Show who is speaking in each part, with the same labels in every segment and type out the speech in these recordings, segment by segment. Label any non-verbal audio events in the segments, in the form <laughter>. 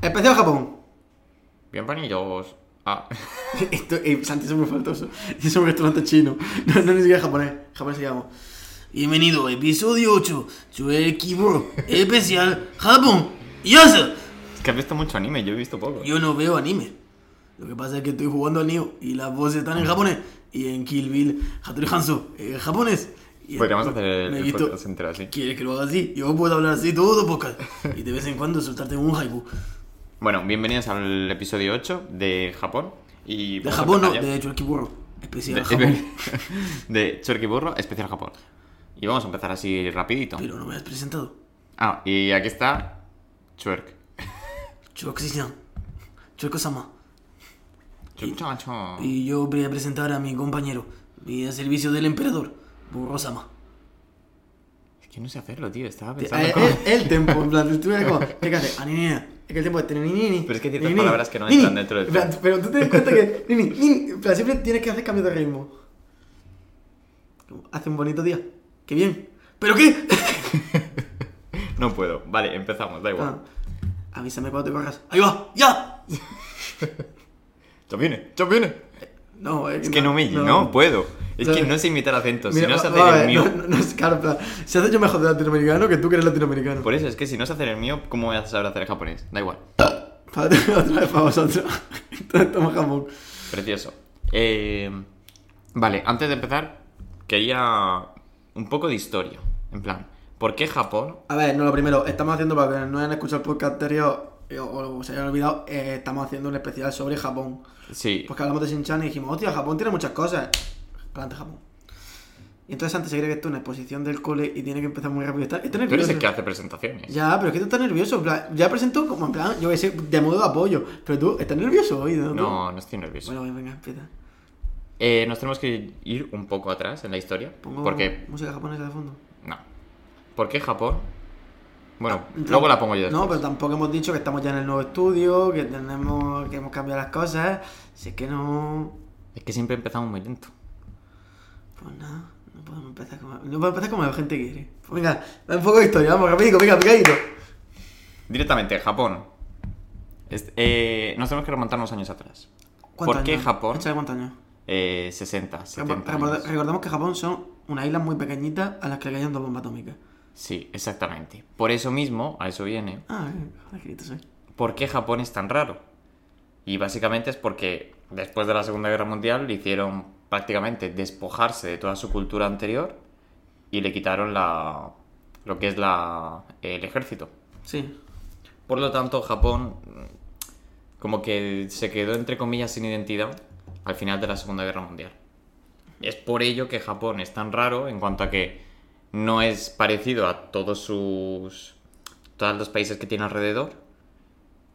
Speaker 1: trabajo.
Speaker 2: Bienvenidos. Ah,
Speaker 1: Esto, eh, Santi, eso es muy faltoso. <laughs> Es un restaurante chino. No, no ni siquiera japonés. Japonés se llama. Bienvenido, episodio 8. Chueki Kibro, especial Japón. ¡Yasa!
Speaker 2: <laughs> es que has visto mucho anime, yo he visto poco.
Speaker 1: Yo no veo anime. Lo que pasa es que estoy jugando al Neo y las voces están en japonés. Y en Kill Bill, Hattori Hanzo, en japonés. Y
Speaker 2: Podríamos
Speaker 1: me-
Speaker 2: hacer el,
Speaker 1: me he
Speaker 2: el
Speaker 1: visto-
Speaker 2: podcast entero así.
Speaker 1: ¿Quieres que lo haga así? Yo puedo hablar así todo podcast. Y de vez en cuando soltarte un haiku.
Speaker 2: Bueno, bienvenidos al episodio 8 de Japón. Y
Speaker 1: De
Speaker 2: vamos a
Speaker 1: Japón no,
Speaker 2: empezar ya.
Speaker 1: de Chueki Burro. Especial
Speaker 2: de,
Speaker 1: Japón.
Speaker 2: <laughs> de Chorky Burro, especial Japón. Y vamos a empezar así rapidito.
Speaker 1: Pero no me has presentado.
Speaker 2: Ah, y aquí está Chwerk.
Speaker 1: Chuoxisan. Chueko-sama.
Speaker 2: Chwerk, chao, chao.
Speaker 1: Y yo voy a presentar a mi compañero. Y a servicio del emperador. Burro-sama.
Speaker 2: Es que no sé hacerlo, tío. Estaba
Speaker 1: Eh,
Speaker 2: pensando cómo-
Speaker 1: eh, El, tempo, en plan, tú ves como, ¿qué que hace? Ah, ni, ni, ni. Es que el tempo es ni, ni, ni.
Speaker 2: Pero es que hay ciertas
Speaker 1: Ni, ni, ni.
Speaker 2: palabras que no
Speaker 1: Ni, ni.
Speaker 2: entran dentro del
Speaker 1: En plan, Pero tú te das cuenta
Speaker 2: <laughs>
Speaker 1: que ni, ni, ni, en plan, siempre tienes que hacer cambio de ritmo. Como, Hace un bonito día. Qué bien. ¿Pero qué?
Speaker 2: No puedo. Vale, empezamos, da
Speaker 1: eh. <laughs> Ah,
Speaker 2: igual.
Speaker 1: avísame cuando te corras. ¡Ahí va! ¡Ya!
Speaker 2: Chopine, chopine.
Speaker 1: No,
Speaker 2: Es que no me... No, puedo. Es que
Speaker 1: Vale.
Speaker 2: no sé imitar acentos. si
Speaker 1: Mira,
Speaker 2: no sé
Speaker 1: va-
Speaker 2: hacer
Speaker 1: va a
Speaker 2: el
Speaker 1: ver,
Speaker 2: mío...
Speaker 1: No, no, no, es- claro, en plan, se hace yo mejor de latinoamericano que tú que eres latinoamericano.
Speaker 2: Por eso, es que si no sé hacer el mío, ¿cómo voy a saber hacer el japonés? Da igual.
Speaker 1: Pa- <laughs> otra vez para vosotros. Entonces toma jamón.
Speaker 2: Precioso. Eh, vale, antes de empezar, quería un poco de historia. En plan, ¿por qué Japón?
Speaker 1: A ver, no, lo primero, estamos haciendo, para que no hayan escuchado el podcast anterior eh, o, o se hayan olvidado, eh, estamos haciendo un especial sobre Japón.
Speaker 2: Sí,
Speaker 1: Porque hablamos de Shinchan y dijimos, hostia, Japón tiene muchas cosas. Plante Japón. Y entonces antes se cree que esto es una exposición del cole y tiene que empezar muy rápido. Está, está
Speaker 2: tú eres
Speaker 1: nervioso.
Speaker 2: el que hace presentaciones.
Speaker 1: Ya, pero es que tú estás nervioso. en plan, ya presentó como en plan, yo qué sé, de modo de apoyo. Pero tú estás nervioso hoy, ¿no?
Speaker 2: No, no estoy nervioso.
Speaker 1: Bueno, venga, empieza.
Speaker 2: Eh, nos tenemos que ir un poco atrás en la historia.
Speaker 1: Pongo
Speaker 2: Porque.
Speaker 1: música japonesa de fondo.
Speaker 2: No. ¿Por qué Japón? Bueno, luego la pongo yo después.
Speaker 1: Ah, No, pero tampoco hemos dicho que estamos ya en el nuevo estudio, que tenemos que hemos cambiado las cosas. ¿eh? Si es que no.
Speaker 2: Es que siempre empezamos muy lento.
Speaker 1: Pues nada, no podemos empezar como, no podemos empezar como la gente quiere. Pues venga, da un poco de historia, vamos, rapidito, venga, picadito.
Speaker 2: Directamente, Japón. Este, eh, nos tenemos que remontar unos años atrás.
Speaker 1: ¿Cuántos
Speaker 2: ¿Por qué
Speaker 1: años?
Speaker 2: Japón?
Speaker 1: Échale cuántos años.
Speaker 2: Eh, 60, 70.
Speaker 1: Recorda-
Speaker 2: años.
Speaker 1: recordemos que Japón son unas islas muy pequeñitas a las que le cayeron dos bombas atómicas.
Speaker 2: Sí, exactamente. Por eso mismo, a eso viene,
Speaker 1: Ah, eh, joder, qué listo soy.
Speaker 2: ¿por qué Japón es tan raro? Y básicamente es porque después de la Segunda Guerra Mundial le hicieron prácticamente despojarse de toda su cultura anterior y le quitaron la lo que es la el ejército.
Speaker 1: Sí.
Speaker 2: Por lo tanto, Japón mm, como que se quedó entre comillas sin identidad al final de la Segunda Guerra Mundial. Es por ello que Japón es tan raro en cuanto a que no es parecido a todos sus todos los países que tiene alrededor.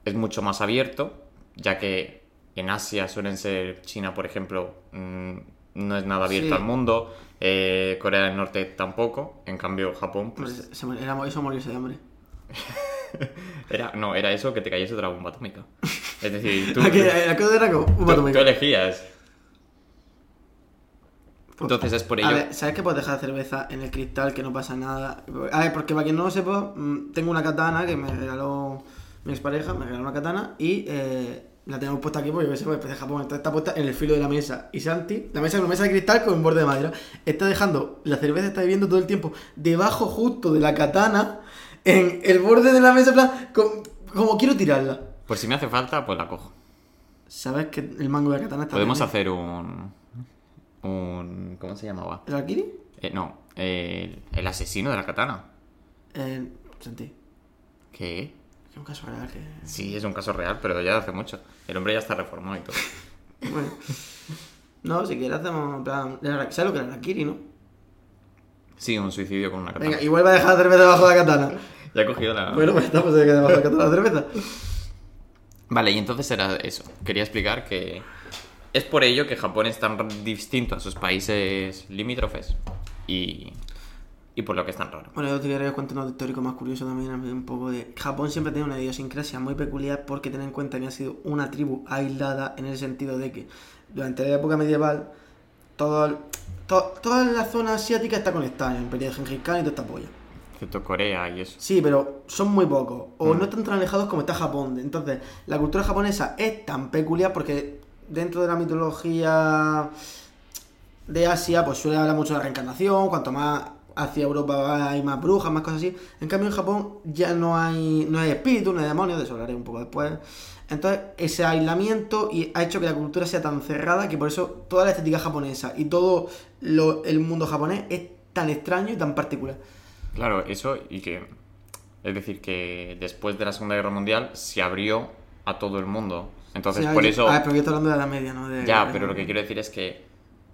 Speaker 2: Es mucho más abierto, ya que en Asia suelen ser China, por ejemplo, mm, no es nada abierto
Speaker 1: Sí.
Speaker 2: al mundo, eh, Corea del Norte tampoco, en cambio Japón
Speaker 1: Hombre,
Speaker 2: pues,
Speaker 1: se- se mor- era, eso morirse de hambre.
Speaker 2: era, no, era eso que te cayese otra bomba atómica. Es
Speaker 1: <laughs>
Speaker 2: decir, tú,
Speaker 1: La que, la que era como
Speaker 2: tú-
Speaker 1: bomba
Speaker 2: tú
Speaker 1: atómica.
Speaker 2: elegías. Entonces es por ello.
Speaker 1: Pues, A ver, ¿sabes que puedes dejar cerveza en el cristal que no pasa nada? A ver, porque para quien no lo sepa, mm, tengo una katana que me regaló mi expareja, me regaló una katana y eh, la tenemos puesta aquí porque yo que sé, pues, es de Japón, entonces está puesta en el filo de la mesa. Y Santi, la mesa es una mesa de cristal con un borde de madera, está dejando, la cerveza está viviendo todo el tiempo debajo justo de la katana, en el borde de la mesa, en plan, como, como quiero tirarla.
Speaker 2: Por si me hace falta, pues la cojo.
Speaker 1: ¿Sabes que el mango de la katana está...
Speaker 2: Podemos
Speaker 1: bien, eh?
Speaker 2: hacer un. un ¿Cómo se llamaba?
Speaker 1: ¿El alquiri?
Speaker 2: Eh, no, eh, el, el asesino de la katana.
Speaker 1: Eh, Santi,
Speaker 2: ¿Qué?
Speaker 1: qué casualidad que...
Speaker 2: Sí, es un caso real, pero ya de hace mucho. El hombre ya está reformado y todo.
Speaker 1: Bueno. No, si quieres hacemos en plan. el ara- ¿Sabes lo que era el Kiri, no?
Speaker 2: Sí, un suicidio con una katana.
Speaker 1: Venga, y vuelve a dejar la cerveza debajo de la katana.
Speaker 2: Ya he cogido la.
Speaker 1: Bueno, pues estamos de que debajo de la katana la cerveza.
Speaker 2: Vale, y entonces era eso. Quería explicar que es por ello que Japón es tan r- distinto a sus países limítrofes y, y por lo que es tan raro.
Speaker 1: Bueno, yo te quería contar un histórico más curioso también, un poco de... Japón siempre tiene una idiosincrasia muy peculiar porque ten en cuenta que ha sido una tribu aislada en el sentido de que durante la época medieval todo, el- to- toda la zona asiática está conectada en el periodo de Gengis Khan y toda esta polla.
Speaker 2: excepto Corea y eso.
Speaker 1: Sí, pero son muy pocos. O no están tan alejados como está Japón. Entonces, la cultura japonesa es tan peculiar porque dentro de la mitología de Asia, pues suele hablar mucho de la reencarnación. Cuanto más hacia Europa va, hay más brujas, más cosas así. En cambio, en Japón ya no hay, no hay espíritus, no hay demonios, de eso hablaré un poco después. Entonces, ese aislamiento y ha hecho que la cultura sea tan cerrada que por eso toda la estética japonesa y todo lo- el mundo japonés es tan extraño y tan particular.
Speaker 2: Claro, eso y que. Es decir, que después de la Segunda Guerra Mundial se abrió a todo el mundo. Entonces,
Speaker 1: Sí,
Speaker 2: por
Speaker 1: yo-
Speaker 2: eso.
Speaker 1: Ah, pero yo estoy hablando de la media, ¿no? De-
Speaker 2: Ya,
Speaker 1: de-
Speaker 2: pero lo que quiero decir es que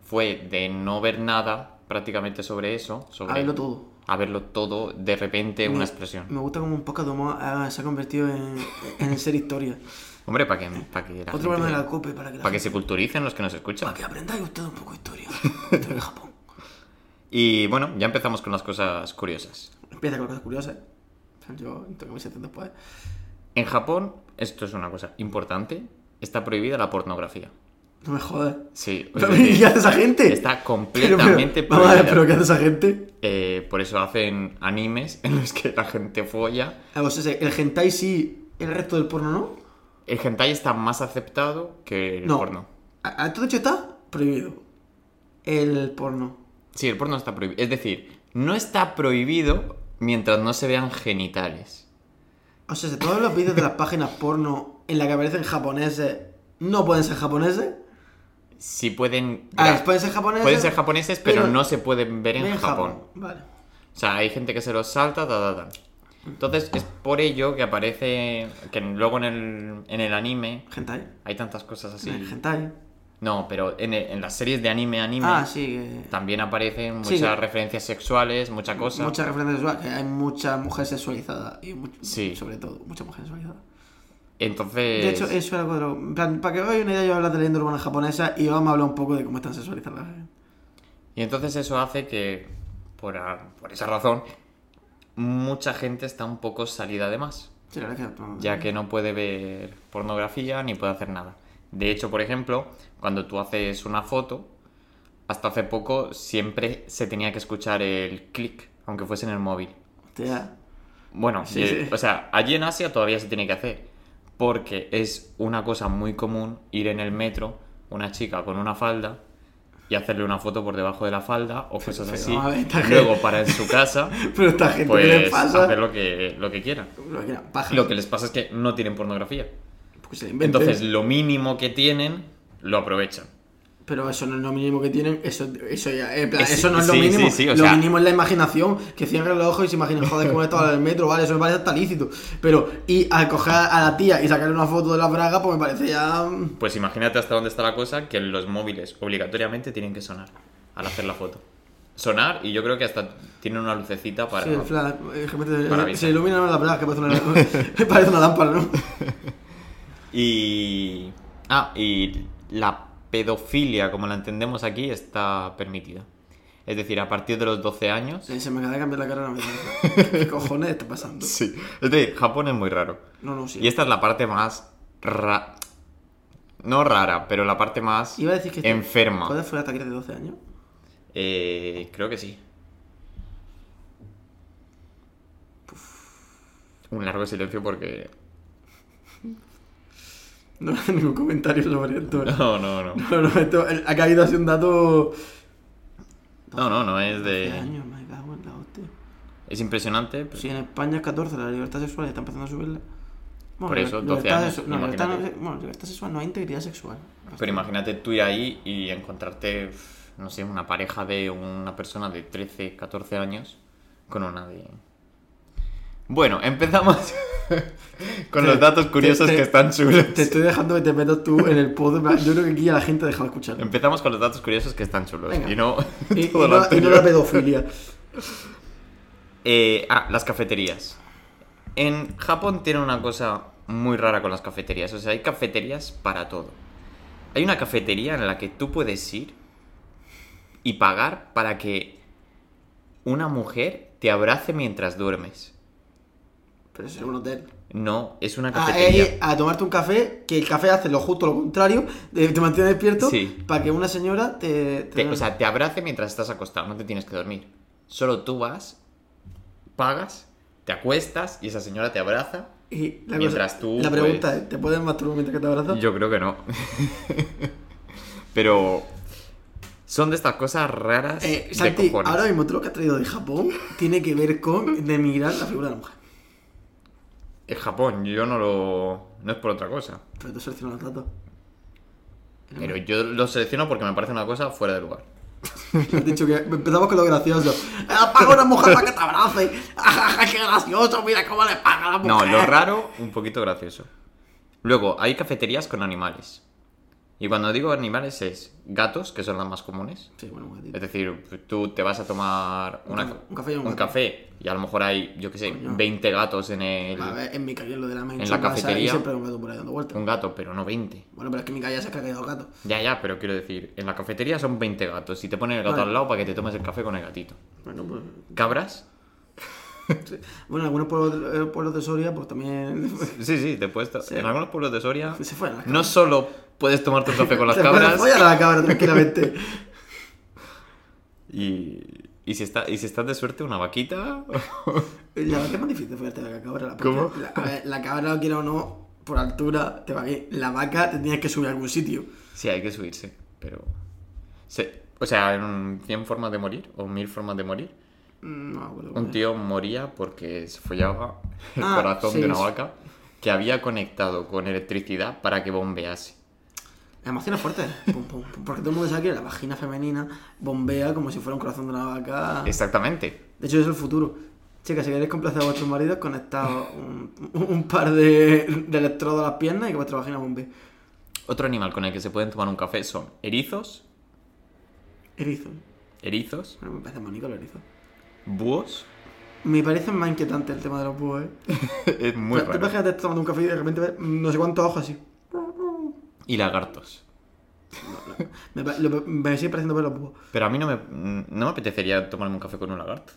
Speaker 2: fue de no ver nada prácticamente sobre eso, sobre
Speaker 1: A verlo todo.
Speaker 2: a verlo todo, de repente una explosión.
Speaker 1: Me gusta como un podcast de humor, ah, se ha convertido en, en ser historia.
Speaker 2: Hombre, para que, para que, <laughs> la
Speaker 1: Otro programa de
Speaker 2: gente-
Speaker 1: la COPE para que, la
Speaker 2: para que
Speaker 1: gente-
Speaker 2: se culturicen los que nos escuchan.
Speaker 1: para que aprendáis ustedes un poco de
Speaker 2: <laughs>
Speaker 1: historia. historia de Japón.
Speaker 2: Y bueno, ya empezamos con las cosas curiosas.
Speaker 1: Empieza con cosas curiosas. O sea, Yo tengo mis después.
Speaker 2: En Japón, esto es una cosa importante, está prohibida la pornografía.
Speaker 1: No me jodas. <laughs>
Speaker 2: Sí, es
Speaker 1: Pero,
Speaker 2: decir,
Speaker 1: ¿Qué hace esa gente? <laughs>
Speaker 2: está
Speaker 1: Pero, pero,
Speaker 2: completamente
Speaker 1: Vamos a ver,
Speaker 2: prohibida.
Speaker 1: pero ¿qué hace esa gente?
Speaker 2: Eh, por eso hacen animes <laughs> en los que la gente folla
Speaker 1: Ah, pues ese, el hentai sí, el resto del porno no.
Speaker 2: El hentai está más aceptado que el
Speaker 1: No.
Speaker 2: porno.
Speaker 1: A, a todo hecho está prohibido. El porno.
Speaker 2: Sí, el porno está prohibido. Es decir, no está prohibido mientras no se vean genitales.
Speaker 1: O sea, si todos los vídeos de las páginas porno en la que aparecen japoneses no pueden ser japoneses.
Speaker 2: Sí pueden...
Speaker 1: A ver, pueden ser japoneses.
Speaker 2: pueden ser japoneses, pero,
Speaker 1: pero-
Speaker 2: no se pueden ver en,
Speaker 1: Ven,
Speaker 2: Japón.
Speaker 1: Vale.
Speaker 2: O sea, hay gente que se los salta, ta, ta, ta. Entonces, es por ello que aparece... Que luego en el, en el anime
Speaker 1: Hentai.
Speaker 2: hay tantas cosas así.
Speaker 1: Eh, Hentai.
Speaker 2: No, pero en, el- en las series de anime, anime...
Speaker 1: Ah, sí. que-
Speaker 2: También aparecen
Speaker 1: Sí, Mm,
Speaker 2: muchas
Speaker 1: que-
Speaker 2: referencias sexuales, mucha cosa.
Speaker 1: Muchas referencias sexuales. que Hay mucha mujer sexualizada. Y much-
Speaker 2: Sí.
Speaker 1: sobre todo, mucha mujer sexualizada.
Speaker 2: Entonces...
Speaker 1: De hecho, eso era cuadro. En plan, para que os hagáis una idea, yo voy a hablar de leyenda urbana japonesa y vamos a hablar un poco de cómo están sexualizadas las mujeres.
Speaker 2: Y entonces eso hace que, por, a- por esa razón, mucha gente está un poco salida de más,
Speaker 1: Sí, la verdad es que.
Speaker 2: ya que no puede ver pornografía ni puede hacer nada. De hecho, por ejemplo, cuando tú haces una foto, hasta hace poco siempre se tenía que escuchar el clic, aunque fuese en el móvil.
Speaker 1: Hostia. <laughs>
Speaker 2: Bueno,
Speaker 1: Sí,
Speaker 2: y-
Speaker 1: sí.
Speaker 2: o sea, allí en Asia todavía se tiene que hacer, porque es una cosa muy común ir en el metro, una chica con una falda, y hacerle una foto por debajo de la falda o cosas
Speaker 1: pero
Speaker 2: así.
Speaker 1: vamos Ah, a ver, esta
Speaker 2: Luego
Speaker 1: gente-
Speaker 2: para en su casa,
Speaker 1: Pero esta <laughs> gente, ¿qué les
Speaker 2: pues
Speaker 1: pasa?
Speaker 2: hacer lo que, lo que quieran.
Speaker 1: Lo que eran pajas.
Speaker 2: Lo que les pasa es que no tienen pornografía.
Speaker 1: Porque se la inventan.
Speaker 2: Entonces, lo mínimo que tienen, lo aprovechan.
Speaker 1: Pero eso no es lo mínimo que tienen, eso, eso ya, en plan,
Speaker 2: Eh, sí,
Speaker 1: eso no es lo
Speaker 2: sí, sí,
Speaker 1: mínimo.
Speaker 2: sí, o
Speaker 1: lo
Speaker 2: sea-
Speaker 1: mínimo es la imaginación, que cierren los ojos y se imaginen, joder, cómo estaba en el metro, vale, eso me parece hasta lícito. Pero, y al coger a la tía y sacarle una foto de la braga, pues me parece ya. mm,
Speaker 2: Pues imagínate hasta dónde está la cosa que los móviles obligatoriamente tienen que sonar al hacer la foto. Sonar y yo creo que hasta tienen una lucecita para...
Speaker 1: sí, en plan, eh, que me-
Speaker 2: Para avisar.
Speaker 1: se iluminan las bragas, que parece
Speaker 2: <laughs>
Speaker 1: una, <laughs> parece una lámpara, ¿no?
Speaker 2: Y... Ah, y la pedofilia, como la entendemos aquí, está permitida. Es decir, a partir de los 12 años...
Speaker 1: Sí, se me acaba de cambiar la cara ahora mismo. ¿Qué, qué cojones está pasando?
Speaker 2: Sí. Es decir, Japón es muy raro.
Speaker 1: No, no, sí.
Speaker 2: Y esta es la parte más... ra- No rara, pero la parte más...
Speaker 1: Iba a decir que. este-
Speaker 2: enferma.
Speaker 1: ¿Cuál fue el ataque de 12 años?
Speaker 2: Eh, creo que sí. Un largo silencio porque... <laughs>
Speaker 1: No <laughs> voy a hacer ningún comentario sobre esto.
Speaker 2: No, no, no.
Speaker 1: No, no, esto el- ha caído así un dato.
Speaker 2: No, no, no es
Speaker 1: 12
Speaker 2: de...
Speaker 1: años, Este me cago en la hostia.
Speaker 2: Es impresionante. pero-
Speaker 1: Si en España es 14, la libertad sexual está empezando a subirla.
Speaker 2: Por eso, 12
Speaker 1: libertad
Speaker 2: años,
Speaker 1: sexu- no, libertad, no,
Speaker 2: imagínate.
Speaker 1: bueno, libertad sexual no hay integridad sexual.
Speaker 2: Pero imagínate tú ir ahí y encontrarte, uf, no sé, una pareja de una persona de 13, 14 años con una de... Bueno, empezamos <laughs> con
Speaker 1: Te-
Speaker 2: los datos
Speaker 1: te-
Speaker 2: curiosos
Speaker 1: te-
Speaker 2: que están chulos.
Speaker 1: Te estoy dejando que te metas tú en el pod. en plan, Yo creo que aquí a la gente ha dejado escuchar.
Speaker 2: Empezamos con los datos curiosos que están chulos.
Speaker 1: Venga.
Speaker 2: Y no
Speaker 1: Y, y
Speaker 2: <laughs>
Speaker 1: no,
Speaker 2: todo lo
Speaker 1: y no
Speaker 2: anterior.
Speaker 1: la pedofilia.
Speaker 2: Eh, ah, las cafeterías. En Japón tienen una cosa muy rara con las cafeterías. O sea, hay cafeterías para todo. Hay una cafetería en la que tú puedes ir y pagar para que una mujer te abrace mientras duermes.
Speaker 1: Pero eso es un hotel.
Speaker 2: No, es una
Speaker 1: A,
Speaker 2: cafetería.
Speaker 1: eh, a tomarte un café, que el café hace lo justo lo contrario, de- te mantiene despierto
Speaker 2: Sí.
Speaker 1: para que una señora te. te-
Speaker 2: Te- o sea, te abrace mientras estás acostado, no te tienes que dormir. Solo tú vas, pagas, te acuestas y esa señora te abraza.
Speaker 1: Y la
Speaker 2: Mientras
Speaker 1: cosa-
Speaker 2: tú,
Speaker 1: La pregunta
Speaker 2: pues-
Speaker 1: es, ¿te puedes masturbar mientras que te abrazas?
Speaker 2: Yo creo que no. Pero son de estas cosas raras
Speaker 1: Eh,
Speaker 2: de
Speaker 1: Santi,
Speaker 2: cojones.
Speaker 1: ahora mismo todo lo que has traído de Japón tiene que ver con denigrar la figura de la mujer.
Speaker 2: Es Japón, yo no lo. No es por otra cosa.
Speaker 1: Pero tú seleccionas los datos.
Speaker 2: Pero yo lo selecciono porque me parece una cosa fuera de lugar.
Speaker 1: Has dicho que empezamos con lo gracioso. Ah, Paga una mujer para que te abrace. Ajaja, qué gracioso, mira cómo le paga a la mujer.
Speaker 2: No, lo raro, un poquito gracioso. Luego, hay cafeterías con animales. Y cuando digo animales es gatos, que son las más comunes.
Speaker 1: Sí, bueno, un gatito.
Speaker 2: Es decir, tú te vas a tomar
Speaker 1: Un
Speaker 2: una-
Speaker 1: café- un café y un gato.
Speaker 2: café, y a lo mejor hay, yo qué sé,
Speaker 1: Coño.
Speaker 2: 20 gatos en el...
Speaker 1: A ver, en mi calle lo de la
Speaker 2: En la cafetería.
Speaker 1: siempre hay un gato por ahí dando vueltas.
Speaker 2: Un gato, pero no 20.
Speaker 1: Bueno, pero es que en mi calle se ha caído gato.
Speaker 2: Ya, ya, pero quiero decir, en la cafetería son 20 gatos y te ponen el gato
Speaker 1: Vale.
Speaker 2: al lado para que te tomes el café con el gatito.
Speaker 1: Bueno, pues.
Speaker 2: ¿Cabras?
Speaker 1: Bueno, algunos pueblos, eh, pueblos de Soria, pues también. <laughs>
Speaker 2: Sí, sí, te he puesto. En algunos pueblos de Soria,
Speaker 1: Pues Se fue a las
Speaker 2: no solo puedes tomarte un café con
Speaker 1: <laughs>
Speaker 2: las
Speaker 1: Se puede
Speaker 2: cabras,
Speaker 1: follar a la cabra
Speaker 2: <laughs>
Speaker 1: tranquilamente.
Speaker 2: Y, y si está, y si estás de suerte, una vaquita. <laughs>
Speaker 1: La verdad que es más difícil follarte a la cabra. La
Speaker 2: ¿Cómo?
Speaker 1: La, a ver, la cabra, quiera o no, por altura, te va bien. La vaca te tienes que subir a algún sitio.
Speaker 2: sí, hay que subirse, pero. se- o sea, en 100 formas de morir o mil formas de morir.
Speaker 1: Mm, No me acuerdo.
Speaker 2: Un tío moría porque se follaba el
Speaker 1: Ah,
Speaker 2: corazón
Speaker 1: sí,
Speaker 2: de una
Speaker 1: sí.
Speaker 2: vaca que había conectado con electricidad para que bombease.
Speaker 1: Las emociones fuertes. ¿eh? Pum, pum, pum. Porque todo el mundo sabe que la vagina femenina bombea como si fuera un corazón de una vaca.
Speaker 2: Exactamente.
Speaker 1: De hecho, es el futuro. Chicas, si queréis complacer a vuestros maridos, conectad un, un- un par de, de electrodos a las piernas y que vuestra vagina bombee.
Speaker 2: Otro animal con el que se pueden tomar un café son erizos,
Speaker 1: Erizo.
Speaker 2: erizos,
Speaker 1: Bueno, me parece más bonito el erizo. <laughs>
Speaker 2: búhos.
Speaker 1: Me parece más inquietante el tema de los búhos, ¿eh?
Speaker 2: es <laughs> muy
Speaker 1: Te
Speaker 2: raro.
Speaker 1: imaginas tomando un café y de repente ves no sé cuántos ojos así.
Speaker 2: Y lagartos.
Speaker 1: Me, pa- lo- me sigue pareciendo ver los búhos.
Speaker 2: Pero a mí no me, mm, no me apetecería tomarme un café con un lagarto.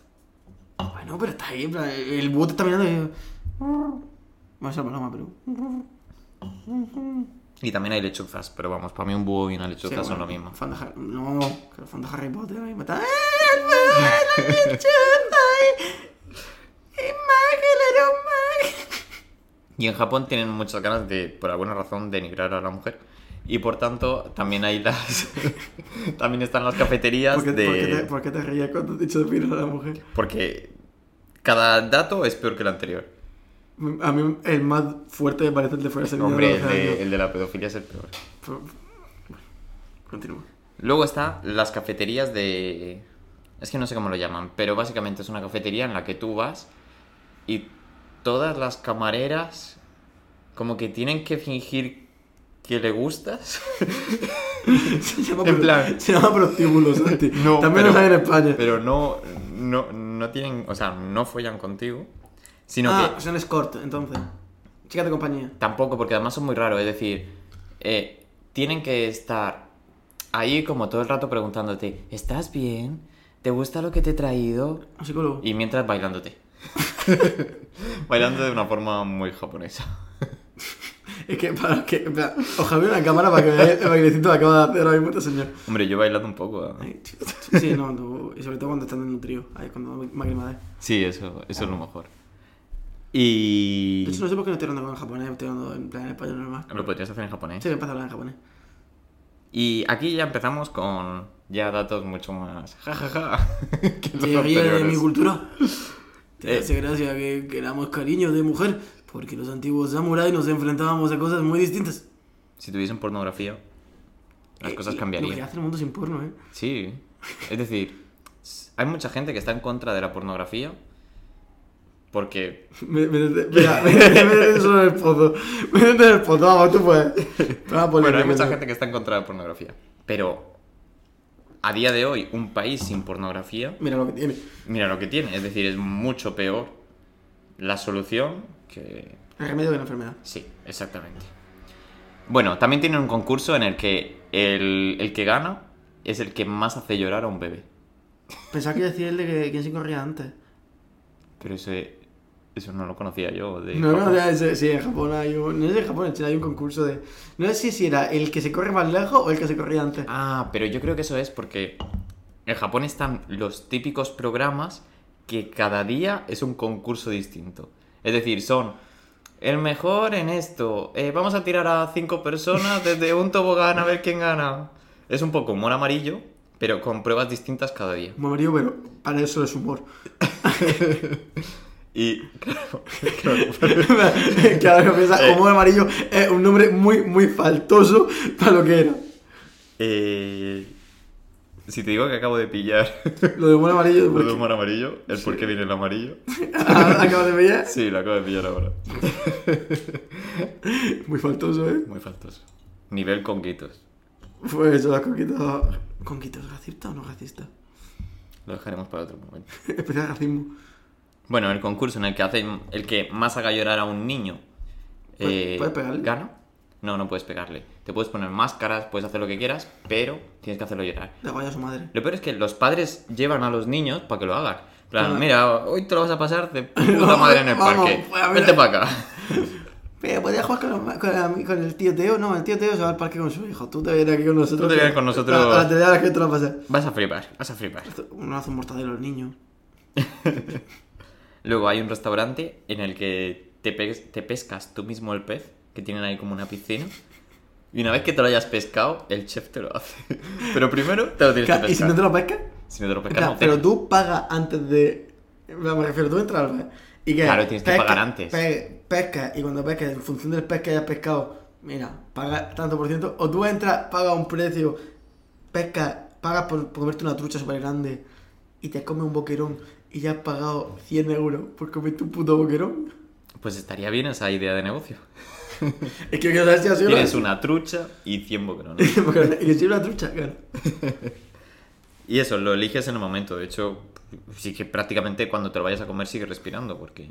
Speaker 2: Ah.
Speaker 1: Bueno, pero está ahí, en plan, el búho te está mirando y... Bueno, es la paloma, pero...
Speaker 2: Y también hay lechuzas, pero vamos, para mí un búho y una lechuza
Speaker 1: Sí,
Speaker 2: son
Speaker 1: bueno,
Speaker 2: lo mismo.
Speaker 1: fan de Har- no, que los fans de Harry Potter ahí matan. ¡Ah, la leyenda! ¡Es Michael, era un Michael!
Speaker 2: Y en Japón tienen muchas ganas de, por alguna razón, denigrar a la mujer. Y por tanto, también hay las. <laughs> también están las cafeterías
Speaker 1: ¿Por qué,
Speaker 2: de.
Speaker 1: por qué te, por qué te reías cuando te he dicho de mirar a la mujer?
Speaker 2: Porque cada dato es peor que el anterior.
Speaker 1: A mí el más fuerte me parece el de fuera
Speaker 2: Hombre, el de, el de la pedofilia es el peor.
Speaker 1: Bueno,
Speaker 2: <laughs>
Speaker 1: continúa.
Speaker 2: Luego está las cafeterías de. Es que no sé cómo lo llaman, pero básicamente es una cafetería en la que tú vas y todas las camareras como que tienen que fingir que le gustas.
Speaker 1: Se llama,
Speaker 2: En
Speaker 1: pro-
Speaker 2: plan-
Speaker 1: se llama prostíbulo, Santi.
Speaker 2: <laughs> No,
Speaker 1: También lo
Speaker 2: pero-
Speaker 1: hay en España.
Speaker 2: Pero no, no, no tienen, o sea, no follan contigo, sino
Speaker 1: ah,
Speaker 2: que
Speaker 1: son escort, entonces. Chica de compañía.
Speaker 2: tampoco, porque además son muy raros, es decir, eh, tienen que estar ahí como todo el rato preguntándote, ¿estás bien? ¿Te gusta lo que te he traído?
Speaker 1: Un psicólogo.
Speaker 2: Y mientras bailándote. <laughs> Bailando de una forma muy japonesa.
Speaker 1: <laughs> Es que, para que, en plan, ojalá hubiera una cámara para que veáis el bailecito que acaba de hacer ahora mismo este
Speaker 2: <laughs>
Speaker 1: señor.
Speaker 2: Hombre, yo he bailado un poco. ¿eh?
Speaker 1: Ay, Sí, no, no, y sobre todo cuando están en un trío, ahí es cuando más grimadez.
Speaker 2: Sí, eso, eso es lo mejor. Y...
Speaker 1: De hecho, no sé por qué no estoy hablando en japonés, estoy hablando en plan en español normal.
Speaker 2: Lo podrías hacer en japonés.
Speaker 1: Sí, me pasa hablar en japonés.
Speaker 2: Y aquí ya empezamos con ya datos mucho más jajaja <laughs> que los
Speaker 1: Te ríes de
Speaker 2: anteriores.
Speaker 1: mi
Speaker 2: <laughs>
Speaker 1: cultura.
Speaker 2: Eh.
Speaker 1: Te hace gracia que queramos cariño de mujer, porque los antiguos samuráis nos enfrentábamos a cosas muy distintas.
Speaker 2: Si tuviesen pornografía, las
Speaker 1: Eh,
Speaker 2: cosas
Speaker 1: eh, Lo que
Speaker 2: cambiarían.
Speaker 1: hace el mundo sin porno, ¿eh?
Speaker 2: Sí, es decir, hay mucha gente que está en contra de la pornografía porque
Speaker 1: Me- Métete, mira, métete, métete solo en el pozo. Métete en el pozo, vamos, tú puedes. Vamos a poner
Speaker 2: bueno, hay
Speaker 1: que
Speaker 2: mucha
Speaker 1: no.
Speaker 2: gente que está en contra de la pornografía, pero a día de hoy un país sin pornografía,
Speaker 1: Mira lo que tiene.
Speaker 2: mira lo que tiene, es decir, es mucho peor la solución que
Speaker 1: El remedio de la enfermedad.
Speaker 2: Sí, exactamente. Bueno, también tienen un concurso en el que el, el que gana es el que más hace llorar a un bebé.
Speaker 1: Pensaba que decía el de que quién se corría antes.
Speaker 2: Pero ese, eso no lo conocía yo. De
Speaker 1: No, no,
Speaker 2: Japón.
Speaker 1: ya, sí, sí, en Japón hay un. No sé si en Japón, en China hay un concurso de. No sé si era el que se corre más lejos o el que se corría antes.
Speaker 2: Ah, pero yo creo que eso es porque en Japón están los típicos programas que cada día es un concurso distinto. Es decir, son el mejor en esto. eh, vamos a tirar a cinco personas desde un tobogán a ver quién gana. Es un poco humor amarillo, pero con pruebas distintas cada día.
Speaker 1: Humor amarillo, pero para eso es humor. <laughs>
Speaker 2: Y claro, <laughs> claro, pues,
Speaker 1: claro que piensa, humor amarillo es un nombre muy, muy faltoso para lo que era.
Speaker 2: eh, si te digo que acabo de pillar
Speaker 1: Lo de humor amarillo,
Speaker 2: lo
Speaker 1: <laughs> ¿por
Speaker 2: de
Speaker 1: qué?
Speaker 2: humor amarillo, el por qué viene el amarillo.
Speaker 1: <laughs> Acabas de pillar.
Speaker 2: Sí, lo acabo de pillar ahora.
Speaker 1: Muy faltoso, ¿eh?
Speaker 2: Muy faltoso. Nivel conguitos.
Speaker 1: Pues las conquistas. ¿Conquistas racista o no racista? <laughs>
Speaker 2: Lo dejaremos para otro momento.
Speaker 1: Especial racismo.
Speaker 2: Bueno, el concurso en el que hacen el que más haga llorar a un niño.
Speaker 1: ¿Puedes- puedes pegarle?
Speaker 2: ¿Gana? No, no puedes pegarle. Te puedes poner máscaras, puedes hacer lo que quieras, pero tienes que hacerlo llorar.
Speaker 1: Le vaya a su madre.
Speaker 2: Lo peor es que los padres llevan a los niños para que lo hagan. En plan,
Speaker 1: Ah.
Speaker 2: mira, hoy te lo vas a
Speaker 1: <laughs>
Speaker 2: pasar de puta madre en el
Speaker 1: Vamos,
Speaker 2: parque.
Speaker 1: pues, a ver.
Speaker 2: Vete para acá.
Speaker 1: Pero podría jugar con, los- con la- con el tío Teo. No, el tío Teo se va al parque con su hijo. Tú te vienes aquí con nosotros.
Speaker 2: Tú te vienes con nosotros.
Speaker 1: A la tele que te lo vas a pasar.
Speaker 2: Vas a flipar, vas a flipar.
Speaker 1: Uno hace un mortadelo al niño.
Speaker 2: Luego hay un restaurante en el que te, pe- te pescas tú mismo el pez, que tienen ahí como una piscina. Y una vez que te lo hayas pescado, el chef te lo hace. <laughs> Pero primero te lo tienes que
Speaker 1: Ca- ¿Y si
Speaker 2: pescar.
Speaker 1: no te lo pescas?
Speaker 2: Si no te lo pescas,
Speaker 1: Claro,
Speaker 2: no
Speaker 1: pero
Speaker 2: cenas.
Speaker 1: tú pagas antes de. Me refiero, tú entras al bar y que
Speaker 2: Claro, tienes que pagar antes.
Speaker 1: pe- pesca y cuando pescas, en función del pez que hayas pescado, mira, pagas tanto por ciento. O tú entras, pagas un precio, pescas, pagas por, por comerte una trucha súper grande y te comes un boquerón y ya has pagado 100 euros por comerte un puto boquerón.
Speaker 2: Pues estaría bien esa idea de negocio.
Speaker 1: Es que quiero saber si ha sido
Speaker 2: Tienes una trucha y 100 boquerones.
Speaker 1: boquerón. <laughs> Y que si una trucha, claro.
Speaker 2: Y eso, lo eliges en el momento. De hecho, sí que prácticamente cuando te lo vayas a comer sigue respirando, porque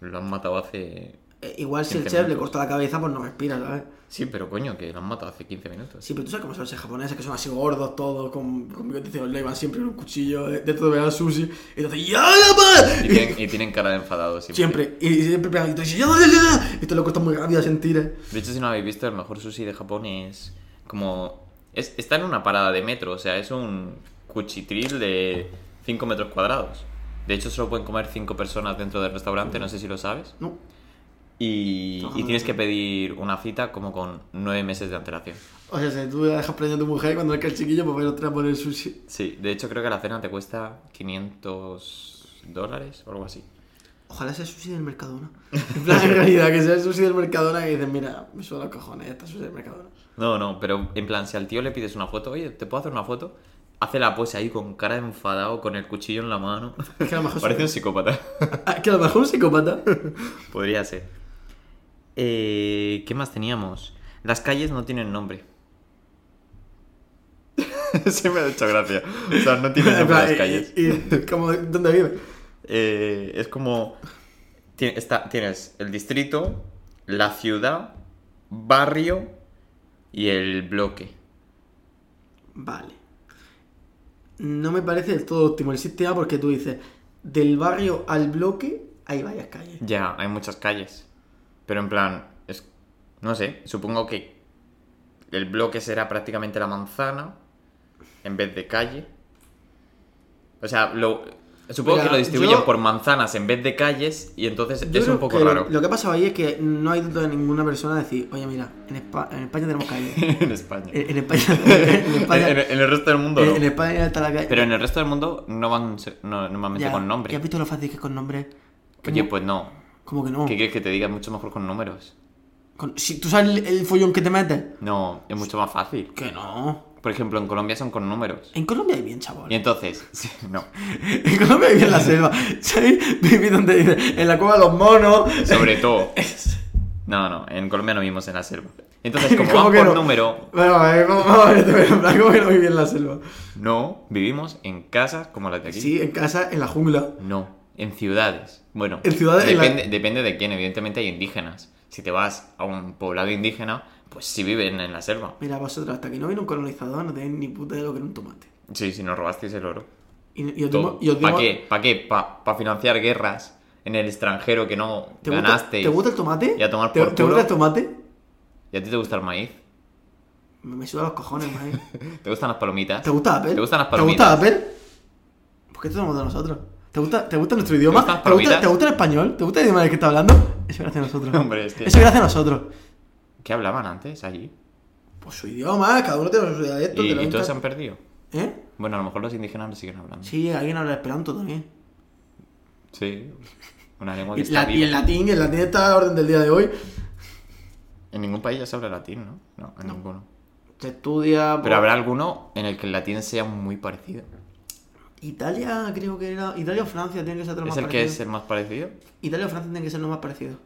Speaker 2: lo han matado hace.
Speaker 1: Eh, Igual si el
Speaker 2: 15
Speaker 1: chef le
Speaker 2: minutos.
Speaker 1: corta la cabeza, pues no respira, ¿sabes?
Speaker 2: Sí, pero coño, que lo han matado hace 15 minutos.
Speaker 1: Sí, pero tú sabes cómo son los japoneses, que son así gordos todos, con, con bigotes de le van siempre con un cuchillo, de, de todo verán sushi, y entonces ¡Ya la
Speaker 2: Y tienen, y tienen cara de enfadados
Speaker 1: Siempre, y siempre pegan, y tú dices ¡Ya, ya, ya, ya! Y te lo cuesta muy rápido sentir, eh.
Speaker 2: De hecho, si no lo habéis visto, el mejor sushi de Japón es como... Es, está en una parada de metro, o sea, es un cuchitril de 5 metros cuadrados. De hecho, solo pueden comer 5 personas dentro del restaurante, no sé si lo sabes.
Speaker 1: No,
Speaker 2: Y,
Speaker 1: Ajá.
Speaker 2: y tienes que pedir una cita como con 9 meses de antelación.
Speaker 1: o sea, si tú la dejas preñar a tu mujer cuando es que el chiquillo, pues va a ir otra a poner sushi.
Speaker 2: Sí, de hecho creo que la cena te cuesta 500 dólares o algo así.
Speaker 1: Ojalá sea sushi del
Speaker 2: <laughs>
Speaker 1: Mercadona. En plan, en realidad, que sea el sushi del Mercadona y dices, mira, me suena los cojones, está sushi del Mercadona.
Speaker 2: No, no, pero en plan, si al tío le pides una foto, oye, ¿te puedo hacer una foto? Hace la pose ahí con cara de enfadado, con el cuchillo en la mano.
Speaker 1: Es que a lo mejor,
Speaker 2: Parece un psicópata.
Speaker 1: Ah, que a lo mejor un psicópata.
Speaker 2: Podría ser. Eh, ¿Qué más teníamos? Las calles no tienen <laughs> nombre. Se me ha hecho gracia. O sea, no <laughs>
Speaker 1: <laughs>
Speaker 2: tienen
Speaker 1: En
Speaker 2: nombre
Speaker 1: plan,
Speaker 2: las
Speaker 1: y-
Speaker 2: calles.
Speaker 1: Y, y como, ¿dónde vive?
Speaker 2: Eh, es como... ti- está- tienes el distrito, la ciudad, barrio y el bloque.
Speaker 1: Vale. No me parece del todo óptimo el sistema porque tú dices, del barrio al bloque hay varias calles.
Speaker 2: Ya, hay muchas calles. Pero en plan, es, no sé, supongo que el bloque será prácticamente la manzana en vez de calle. O sea, lo, supongo
Speaker 1: Mira,
Speaker 2: que lo distribuyen
Speaker 1: yo-
Speaker 2: por manzanas en vez de calles y entonces
Speaker 1: Yo
Speaker 2: es un
Speaker 1: creo
Speaker 2: poco
Speaker 1: que
Speaker 2: raro.
Speaker 1: Lo que ha pasado ahí es que no hay duda de ninguna persona de decir, oye, mira, en, Espa- en España tenemos
Speaker 2: <laughs>
Speaker 1: calles.
Speaker 2: <laughs> en España.
Speaker 1: En, en España, Eh, <laughs> en España,
Speaker 2: en, en el resto del mundo
Speaker 1: en-
Speaker 2: no.
Speaker 1: en España está la calle.
Speaker 2: Pero en el resto del mundo no van se- no- normalmente
Speaker 1: Ya,
Speaker 2: con
Speaker 1: ¿Ya
Speaker 2: nombre.
Speaker 1: has visto lo fácil que es con nombres?
Speaker 2: Oye, pues no.
Speaker 1: Como que no.
Speaker 2: ¿Qué quieres que te diga? Es mucho mejor con números.
Speaker 1: Con- si tú sabes el, el follón que te metes.
Speaker 2: No, es mucho más fácil.
Speaker 1: Que no.
Speaker 2: Por ejemplo, en Colombia son con números.
Speaker 1: En Colombia hay bien,
Speaker 2: Y
Speaker 1: chaval.
Speaker 2: entonces, <laughs> sí, no.
Speaker 1: En Colombia hay bien la selva. <laughs> ¿Sabéis? Viví donde dice, en la cueva de los monos.
Speaker 2: Sobre todo. No, no, en Colombia no vivimos en la selva. Entonces, como
Speaker 1: ¿Cómo
Speaker 2: van
Speaker 1: que
Speaker 2: por
Speaker 1: no?
Speaker 2: número,
Speaker 1: Bueno, a ver, vamos, vamos a ver, te voy a hablar, ¿cómo que no viví en la selva?
Speaker 2: no, vivimos en casas como las de aquí.
Speaker 1: Sí, en casa, en la jungla.
Speaker 2: No, en ciudades. Bueno,
Speaker 1: En ciudades, en la-
Speaker 2: depende, depende de quién, evidentemente hay indígenas. Si te vas a un poblado indígena, pues sí viven en la selva.
Speaker 1: Mira, vosotros, hasta que no vino un colonizador, no tenéis ni puta de lo que era un tomate.
Speaker 2: Sí, si nos robasteis el oro.
Speaker 1: Y, y os dimos.
Speaker 2: Todo.
Speaker 1: y os
Speaker 2: ¿Para
Speaker 1: dimos-
Speaker 2: qué? ¿Para qué? ¿Para financiar guerras en el extranjero que no
Speaker 1: ¿Te gusta,
Speaker 2: ganasteis?
Speaker 1: ¿Te gusta el tomate?
Speaker 2: Y a tomar
Speaker 1: ¿Te,
Speaker 2: por
Speaker 1: ¿te
Speaker 2: culo.
Speaker 1: gusta el tomate?
Speaker 2: ¿Y a ti te gusta el maíz?
Speaker 1: Me, me suda los cojones, maje.
Speaker 2: ¿Te gustan las palomitas?
Speaker 1: ¿Te gusta Apple?
Speaker 2: ¿Te gustan las
Speaker 1: ¿Te gusta
Speaker 2: palomitas?
Speaker 1: Apple? ¿Por qué te tomamos de nosotros? ¿Te gusta, ¿Te gusta nuestro idioma?
Speaker 2: gustan las
Speaker 1: ¿Te gusta,
Speaker 2: palomitas?
Speaker 1: ¿Te gusta el español? ¿Te gusta el idioma del que está hablando? Eso gracias a nosotros.
Speaker 2: <laughs> Hombre, es que-
Speaker 1: Eso gracias a nosotros.
Speaker 2: ¿Qué hablaban antes allí?
Speaker 1: Pues su idioma, cada uno tiene su dialecto.
Speaker 2: ¿Y,
Speaker 1: te lo
Speaker 2: y todos se
Speaker 1: inventas.
Speaker 2: han perdido?
Speaker 1: ¿Eh?
Speaker 2: Bueno, a lo mejor los indígenas no siguen hablando.
Speaker 1: Sí, alguien habla esperanto también.
Speaker 2: Sí. Una lengua que
Speaker 1: Y,
Speaker 2: está
Speaker 1: la- y
Speaker 2: viva.
Speaker 1: el latín, el latín está a la orden del día de hoy.
Speaker 2: En ningún país ya se habla latín, ¿no? No, en ninguno.
Speaker 1: Se estudia.
Speaker 2: Pero
Speaker 1: por-
Speaker 2: habrá alguno en el que el latín sea muy parecido.
Speaker 1: Italia, creo que era. Italia o Francia tienen que ser los
Speaker 2: ¿Es
Speaker 1: más
Speaker 2: el que
Speaker 1: parecidos.
Speaker 2: es el más parecido?
Speaker 1: Italia o Francia tienen que ser los más parecidos.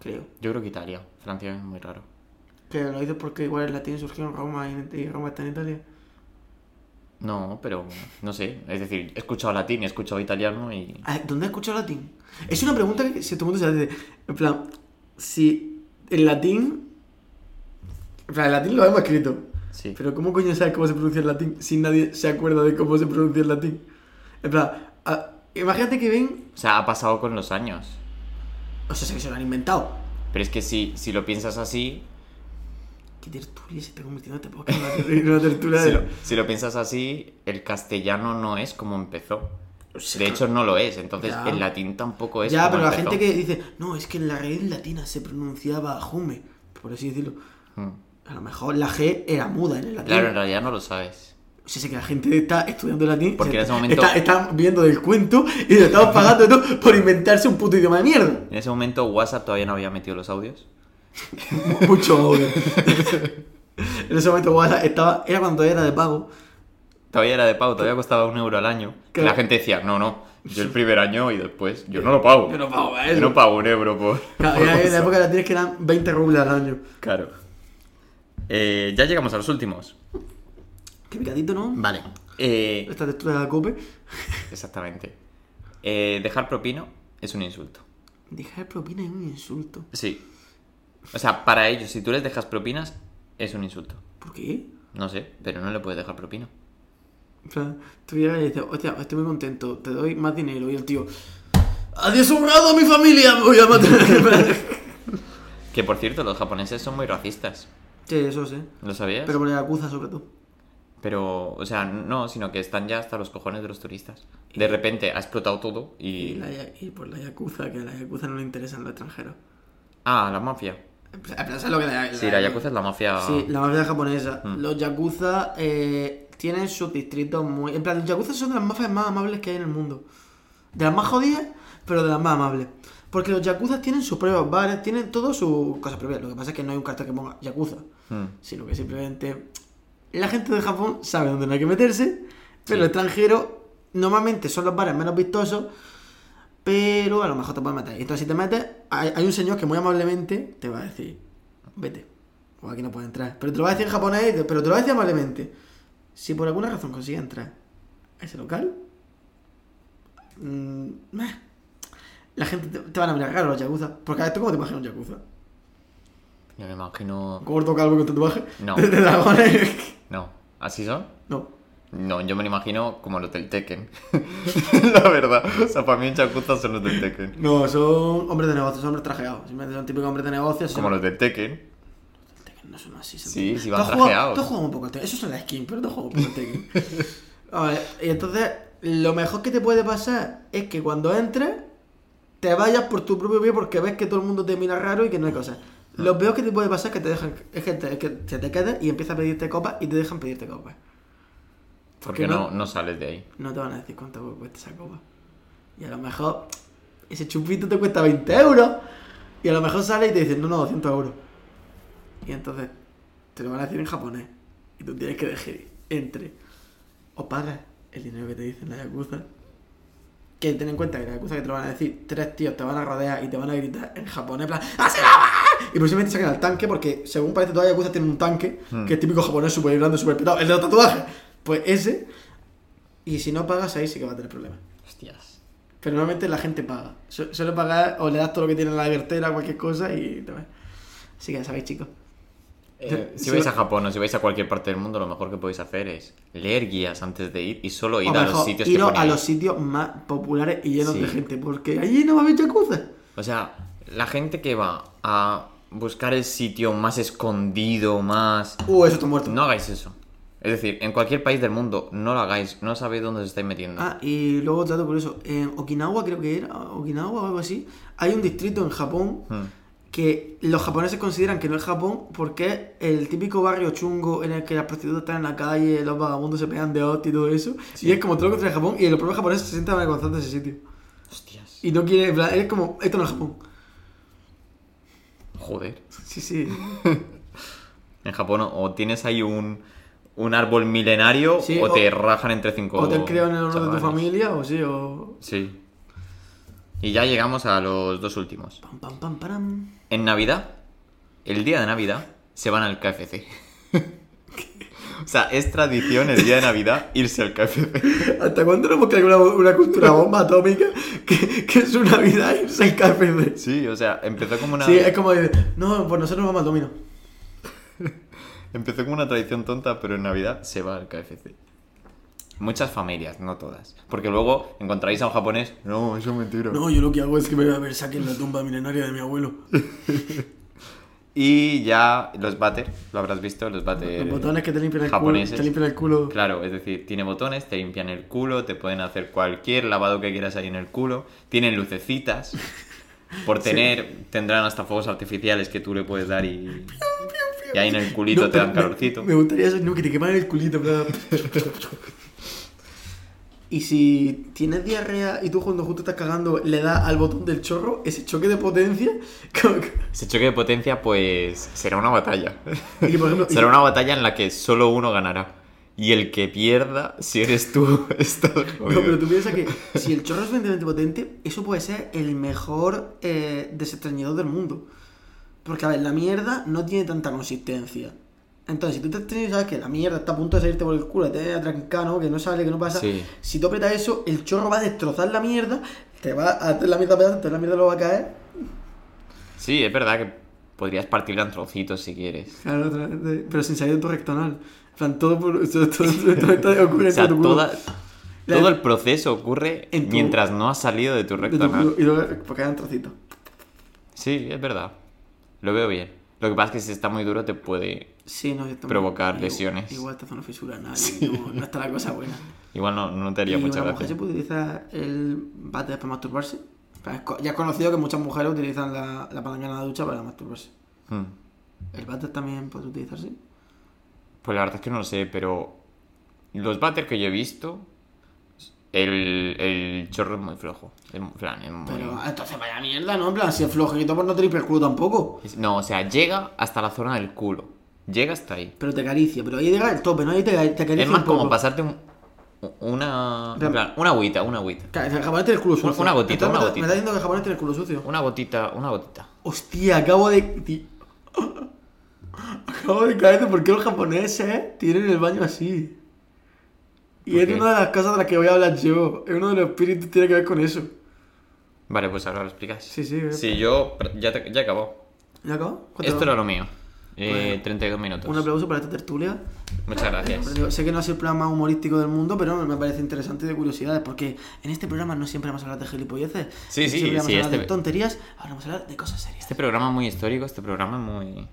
Speaker 1: Creo.
Speaker 2: Yo creo que Italia. Francia es muy raro.
Speaker 1: Que lo dices porque igual el latín surgió en Roma y, y Roma está en Italia.
Speaker 2: No, pero no sé. Es decir, he escuchado latín, he escuchado italiano y.
Speaker 1: Ah, ¿Dónde escuchado latín? Es una pregunta que si todo el mundo se hace. En plan, si el latín. En plan, el latín lo hemos escrito.
Speaker 2: Sí.
Speaker 1: Pero ¿cómo coño sabes cómo se pronuncia el latín si nadie se acuerda de cómo se pronuncia el latín? En plan, ah, imagínate que ven.
Speaker 2: O sea, ha pasado con los años.
Speaker 1: O sea, sé que se lo han inventado.
Speaker 2: Pero es que si, si lo piensas así.
Speaker 1: ¿Qué tertulia se está convirtiendo este podcast? en Una tertulia
Speaker 2: Si
Speaker 1: de.
Speaker 2: lo, si lo piensas así, el castellano no es como empezó.
Speaker 1: O sea,
Speaker 2: De hecho, no lo es. Entonces,
Speaker 1: Ya.
Speaker 2: el latín tampoco es.
Speaker 1: ya,
Speaker 2: como
Speaker 1: pero la
Speaker 2: empezó.
Speaker 1: gente que dice, no, es que en la raíz latina se pronunciaba jume, por así decirlo.
Speaker 2: Mm.
Speaker 1: A lo mejor la G era muda en el latín.
Speaker 2: Claro, en realidad no lo sabes.
Speaker 1: O sea, sé que la gente está estudiando latín.
Speaker 2: Porque
Speaker 1: se-
Speaker 2: en ese momento-
Speaker 1: Está, está viendo del cuento y lo estamos pagando ¿no? por inventarse un puto idioma de mierda.
Speaker 2: En ese momento, WhatsApp todavía no había metido los audios.
Speaker 1: Mu- Mucho odio. <laughs> en ese momento WhatsApp estaba... Era cuando todavía era de pago.
Speaker 2: Todavía era de pago, todavía costaba un euro al año. Que
Speaker 1: Claro.
Speaker 2: la gente decía, no, no,
Speaker 1: <laughs>
Speaker 2: yo el primer año y después, yo no lo pago.
Speaker 1: Yo no pago a
Speaker 2: Yo
Speaker 1: eso.
Speaker 2: no pago un euro por.
Speaker 1: <laughs> Claro,
Speaker 2: por
Speaker 1: era en la
Speaker 2: eso.
Speaker 1: época de la tienes que eran 20 rubles al año.
Speaker 2: Claro. Eh, ya llegamos a los últimos.
Speaker 1: Qué picadito, ¿no?
Speaker 2: Vale. Eh,
Speaker 1: Esta textura de la cope.
Speaker 2: exactamente. Eh, dejar propino es un insulto.
Speaker 1: Dejar propina es un insulto.
Speaker 2: Sí. O sea, para ellos, si tú les dejas propinas, es un insulto.
Speaker 1: ¿Por qué?
Speaker 2: No sé, pero no le puedes dejar propina.
Speaker 1: En plan, tú llegas y dices, hostia, estoy muy contento, te doy más dinero. Y el tío, ha deshonrado a mi familia, me voy a matar. <laughs> En plan,
Speaker 2: Que por cierto, los japoneses son muy racistas.
Speaker 1: sí, eso sé.
Speaker 2: ¿Lo sabías?
Speaker 1: Pero por el Yakuza, sobre todo.
Speaker 2: Pero, o sea, no, sino que están ya hasta los cojones de los turistas. De repente ha explotado todo
Speaker 1: Y,
Speaker 2: y...
Speaker 1: la ya- y por la Yakuza, que a la Yakuza no le interesan los extranjeros.
Speaker 2: Ah, la mafia.
Speaker 1: En plan, ¿sabes lo que la,
Speaker 2: Sí, la Yakuza es la mafia...
Speaker 1: Sí, la mafia japonesa.
Speaker 2: Mm.
Speaker 1: Los Yakuza eh, tienen sus distritos muy. En plan, los Yakuza son de las mafias más amables que hay en el mundo. De las más jodidas, pero de las más amables. Porque los Yakuza tienen sus propios bares, tienen todo sus cosas propias. Lo que pasa es que no hay un cartel que ponga Yakuza.
Speaker 2: Mm.
Speaker 1: sino que simplemente la gente de Japón sabe dónde no hay que meterse, pero el extranjero normalmente son los bares menos vistosos, pero a lo mejor te pueden meter. Y entonces si te metes, hay, hay un señor que muy amablemente te va a decir, vete, o aquí no puedes entrar. Pero te lo va a decir en japonés, y te- pero te lo va a decir amablemente. Si por alguna razón consigues entrar a ese local, mm, meh, la gente te, te van a mirar raro los yakuza. Porque ¿tú cómo te imaginas un yakuza?
Speaker 2: Yo me imagino...
Speaker 1: ¿Gordo, calvo con tatuaje? <laughs>
Speaker 2: No.
Speaker 1: De, de dragones.
Speaker 2: No, ¿así son?
Speaker 1: No.
Speaker 2: No, yo me lo imagino como los del Tekken. <laughs> la verdad. O sea, para mí en Yakuza son los del Tekken.
Speaker 1: No, son hombres de negocios, son hombres trajeados. Simplemente son típicos hombres de negocios.
Speaker 2: Como
Speaker 1: son-
Speaker 2: los del Tekken.
Speaker 1: No son así. son-
Speaker 2: Sí, sí,
Speaker 1: ¿Tú
Speaker 2: van
Speaker 1: has jugado-
Speaker 2: trajeados.
Speaker 1: Tú has jugado un poco al Tekken. Eso son las skins, pero tú has jugado un poco al Tekken. A ver, y entonces, lo mejor que te puede pasar es que cuando entres, te vayas por tu propio pie porque ves que todo el mundo te mira raro y que no hay cosas.
Speaker 2: Ah.
Speaker 1: Lo peor que te puede pasar es que te dejan, es que te, que se te quedes y empieza a pedirte copas y te dejan pedirte copas.
Speaker 2: Porque
Speaker 1: qué no?
Speaker 2: no, no sales de ahí.
Speaker 1: No te van a decir cuánto cuesta esa copa. Y a lo mejor ese chupito te cuesta 20 euros. Y a lo mejor sale y te dicen, no, no, 200 euros. Y entonces te lo van a decir en japonés. Y tú tienes que dejar entre o pagas el dinero que te dicen la Yakuza. Que ten en cuenta que la Yakuza que te lo van a decir, tres tíos te van a rodear y te van a gritar en japonés, en plan, "¡Hasegawa!". Y posiblemente saquen al tanque, porque según parece, toda Yakuza tiene un tanque,
Speaker 2: Hmm.
Speaker 1: que es típico japonés, súper grande, súper petado, el de los tatuajes. Pues ese, y si no pagas, ahí sí que va a tener problemas.
Speaker 2: Hostias.
Speaker 1: Pero normalmente la gente paga. Su- Suele pagar o le das todo lo que tiene en la cartera, cualquier cosa y te vas. Así que ya sabéis, chicos.
Speaker 2: Eh, si
Speaker 1: Sí.
Speaker 2: vais a Japón o si vais a cualquier parte del mundo, lo mejor que podéis hacer es leer guías antes de ir y solo ir
Speaker 1: O
Speaker 2: a
Speaker 1: mejor,
Speaker 2: los sitios que
Speaker 1: iros
Speaker 2: ponen
Speaker 1: a
Speaker 2: ahí.
Speaker 1: los sitios más populares y llenos
Speaker 2: Sí.
Speaker 1: de gente, porque allí no va a haber yakuza.
Speaker 2: O sea, la gente que va a buscar el sitio más escondido, más...
Speaker 1: Uh, eso está muerto.
Speaker 2: No hagáis eso. Es decir, en cualquier país del mundo, no lo hagáis, no sabéis dónde os estáis metiendo.
Speaker 1: Ah, y luego trato por eso. En Okinawa, creo que era, Okinawa o algo así, hay un distrito en Japón
Speaker 2: Hmm.
Speaker 1: que los japoneses consideran que no es Japón porque es el típico barrio chungo en el que las prostitutas están en la calle, los vagabundos se pegan de hostia y todo eso. Y es como todo lo contrario de Japón y los propios japoneses se sienten avergonzados de ese sitio.
Speaker 2: Hostias.
Speaker 1: Y no quiere, en plan, es como, esto no es Japón.
Speaker 2: Joder.
Speaker 1: Sí, sí.
Speaker 2: En Japón o- o tienes ahí un, un árbol milenario
Speaker 1: Sí,
Speaker 2: o,
Speaker 1: o-
Speaker 2: te rajan entre cinco
Speaker 1: O te han creado en el honor de
Speaker 2: chavales.
Speaker 1: tu familia, o sí, o...
Speaker 2: Sí. Y ya llegamos a los dos últimos.
Speaker 1: Pam, pam, pam, param.
Speaker 2: En Navidad, el día de Navidad, se van al KFC. <laughs> o sea, es tradición el día de Navidad irse al KFC.
Speaker 1: ¿Hasta cuándo no hemos creado una, una cultura bomba atómica que, que es una vida irse al KFC?
Speaker 2: Sí, o sea, empezó como una,
Speaker 1: Sí, eh. es como de, no, pues nosotros vamos al domino.
Speaker 2: empezó como una tradición tonta, pero en Navidad se va al KFC. Muchas familias, no todas. Porque luego encontraréis a un japonés. No, eso es mentira.
Speaker 1: No, yo lo que hago es que me voy a ver saquen la tumba milenaria de mi abuelo.
Speaker 2: Y ya los bater, lo habrás visto, los bater.
Speaker 1: Los botones que te limpian el
Speaker 2: Eh, japoneses.
Speaker 1: culo. Te limpian el culo.
Speaker 2: Claro, es decir, tiene botones, te limpian el culo, te pueden hacer cualquier lavado que quieras ahí en el culo, tienen lucecitas. Por tener, tendrán hasta fuegos artificiales que tú le puedes dar y. Y ahí en el culito
Speaker 1: No,
Speaker 2: te
Speaker 1: pero
Speaker 2: dan
Speaker 1: me-
Speaker 2: calorcito.
Speaker 1: Me, gustaría eso, no, que te quemaran el culito. en plan. y si tienes diarrea y tú cuando justo estás cagando le das al botón del chorro, ese choque de potencia... <laughs> como que-
Speaker 2: Ese choque de potencia, pues. será una batalla.
Speaker 1: Y que, por ejemplo, y-
Speaker 2: <laughs> será una batalla en la que solo uno ganará. Y el que pierda, si eres tú, <laughs> estás
Speaker 1: No, pero
Speaker 2: jodido.
Speaker 1: tú piensas
Speaker 2: <laughs>
Speaker 1: que si el chorro es suficientemente potente, eso puede ser el mejor eh, desestrañador del mundo. Porque, a ver, la mierda no tiene tanta consistencia. Entonces, si tú te estreñes, sabes que la mierda está a punto de salirte por el culo, te atrancano, que no sale, que no pasa.
Speaker 2: Sí.
Speaker 1: Si tú apretas eso, el chorro va a destrozar la mierda, te va a hacer la mierda a pedazos, te la mierda lo va a caer.
Speaker 2: Sí, es verdad que podrías partirla en trocitos si quieres.
Speaker 1: Claro, otra vez, pero sin salir de tu rectonal. En plan, todo, por, <laughs> todo, todo, todo, todo ocurre
Speaker 2: <laughs> O
Speaker 1: dentro
Speaker 2: sea,
Speaker 1: de tu culo.
Speaker 2: toda-
Speaker 1: La-
Speaker 2: todo el proceso ocurre
Speaker 1: En tu-
Speaker 2: mientras no has salido de tu
Speaker 1: de tu culo,
Speaker 2: recto.
Speaker 1: y luego, porque hay un trocito.
Speaker 2: Sí, es verdad. Lo veo bien. Lo que pasa es que si está muy duro te puede...
Speaker 1: Sí, no, yo también-
Speaker 2: Provocar
Speaker 1: igual-
Speaker 2: lesiones.
Speaker 1: Igual te hace una fisura anal, no, no está la cosa buena.
Speaker 2: Igual no, no
Speaker 1: ¿Y
Speaker 2: te haría
Speaker 1: una
Speaker 2: mucha
Speaker 1: mujer
Speaker 2: gracia.
Speaker 1: se puede utilizar el váter para masturbarse? En plan, es co- Ya es conocido que muchas mujeres utilizan la, la palangana de la ducha para masturbarse.
Speaker 2: Mm.
Speaker 1: ¿El váter también puede utilizarse?
Speaker 2: Pues la verdad es que no lo sé, pero... Los batters que yo he visto... El, el chorro es muy flojo. Es muy- en plan, es muy-
Speaker 1: Pero ah, entonces vaya mierda, ¿no? En plan, si es flojito, pues no te limpia el culo tampoco.
Speaker 2: es- No, o sea, llega hasta la zona del culo. Llega hasta ahí.
Speaker 1: Pero te acaricia, pero ahí llega el tope, ¿no? Ahí te, te acaricia
Speaker 2: Es más
Speaker 1: un poco.
Speaker 2: como pasarte un- una... en
Speaker 1: Plan-
Speaker 2: plan, una agüita, una agüita.
Speaker 1: Claro, el japonés tiene el culo
Speaker 2: Una-
Speaker 1: sucio.
Speaker 2: una gotita,
Speaker 1: Entonces,
Speaker 2: una
Speaker 1: me-
Speaker 2: gotita.
Speaker 1: Me está diciendo que el japonés tiene el culo sucio.
Speaker 2: Una gotita, una gotita.
Speaker 1: Hostia, acabo de. ti- Acabo de caer de por qué los japoneses eh, tienen el baño así. Y
Speaker 2: ¿Por
Speaker 1: es
Speaker 2: qué?
Speaker 1: una de las cosas de las que voy a hablar yo. Es uno de los espíritus que tiene que ver con eso.
Speaker 2: Vale, pues ahora lo explicas.
Speaker 1: Sí, sí. eh.
Speaker 2: Sí, yo ya, te- ya acabó.
Speaker 1: ¿Ya acabó? ¿Cuánto
Speaker 2: Esto era lo mío. Eh,
Speaker 1: Bueno.
Speaker 2: 32 minutos.
Speaker 1: Un aplauso para esta tertulia.
Speaker 2: Muchas gracias.
Speaker 1: Pero Sé que no es el programa más humorístico del mundo, pero me parece interesante y de curiosidades, porque en este programa no siempre vamos a hablar de gilipolleces.
Speaker 2: Sí,
Speaker 1: no
Speaker 2: sí,
Speaker 1: siempre vamos
Speaker 2: sí,
Speaker 1: a hablar
Speaker 2: este-
Speaker 1: de tonterías, ahora vamos a hablar de cosas serias.
Speaker 2: Este programa es muy histórico, este programa es muy...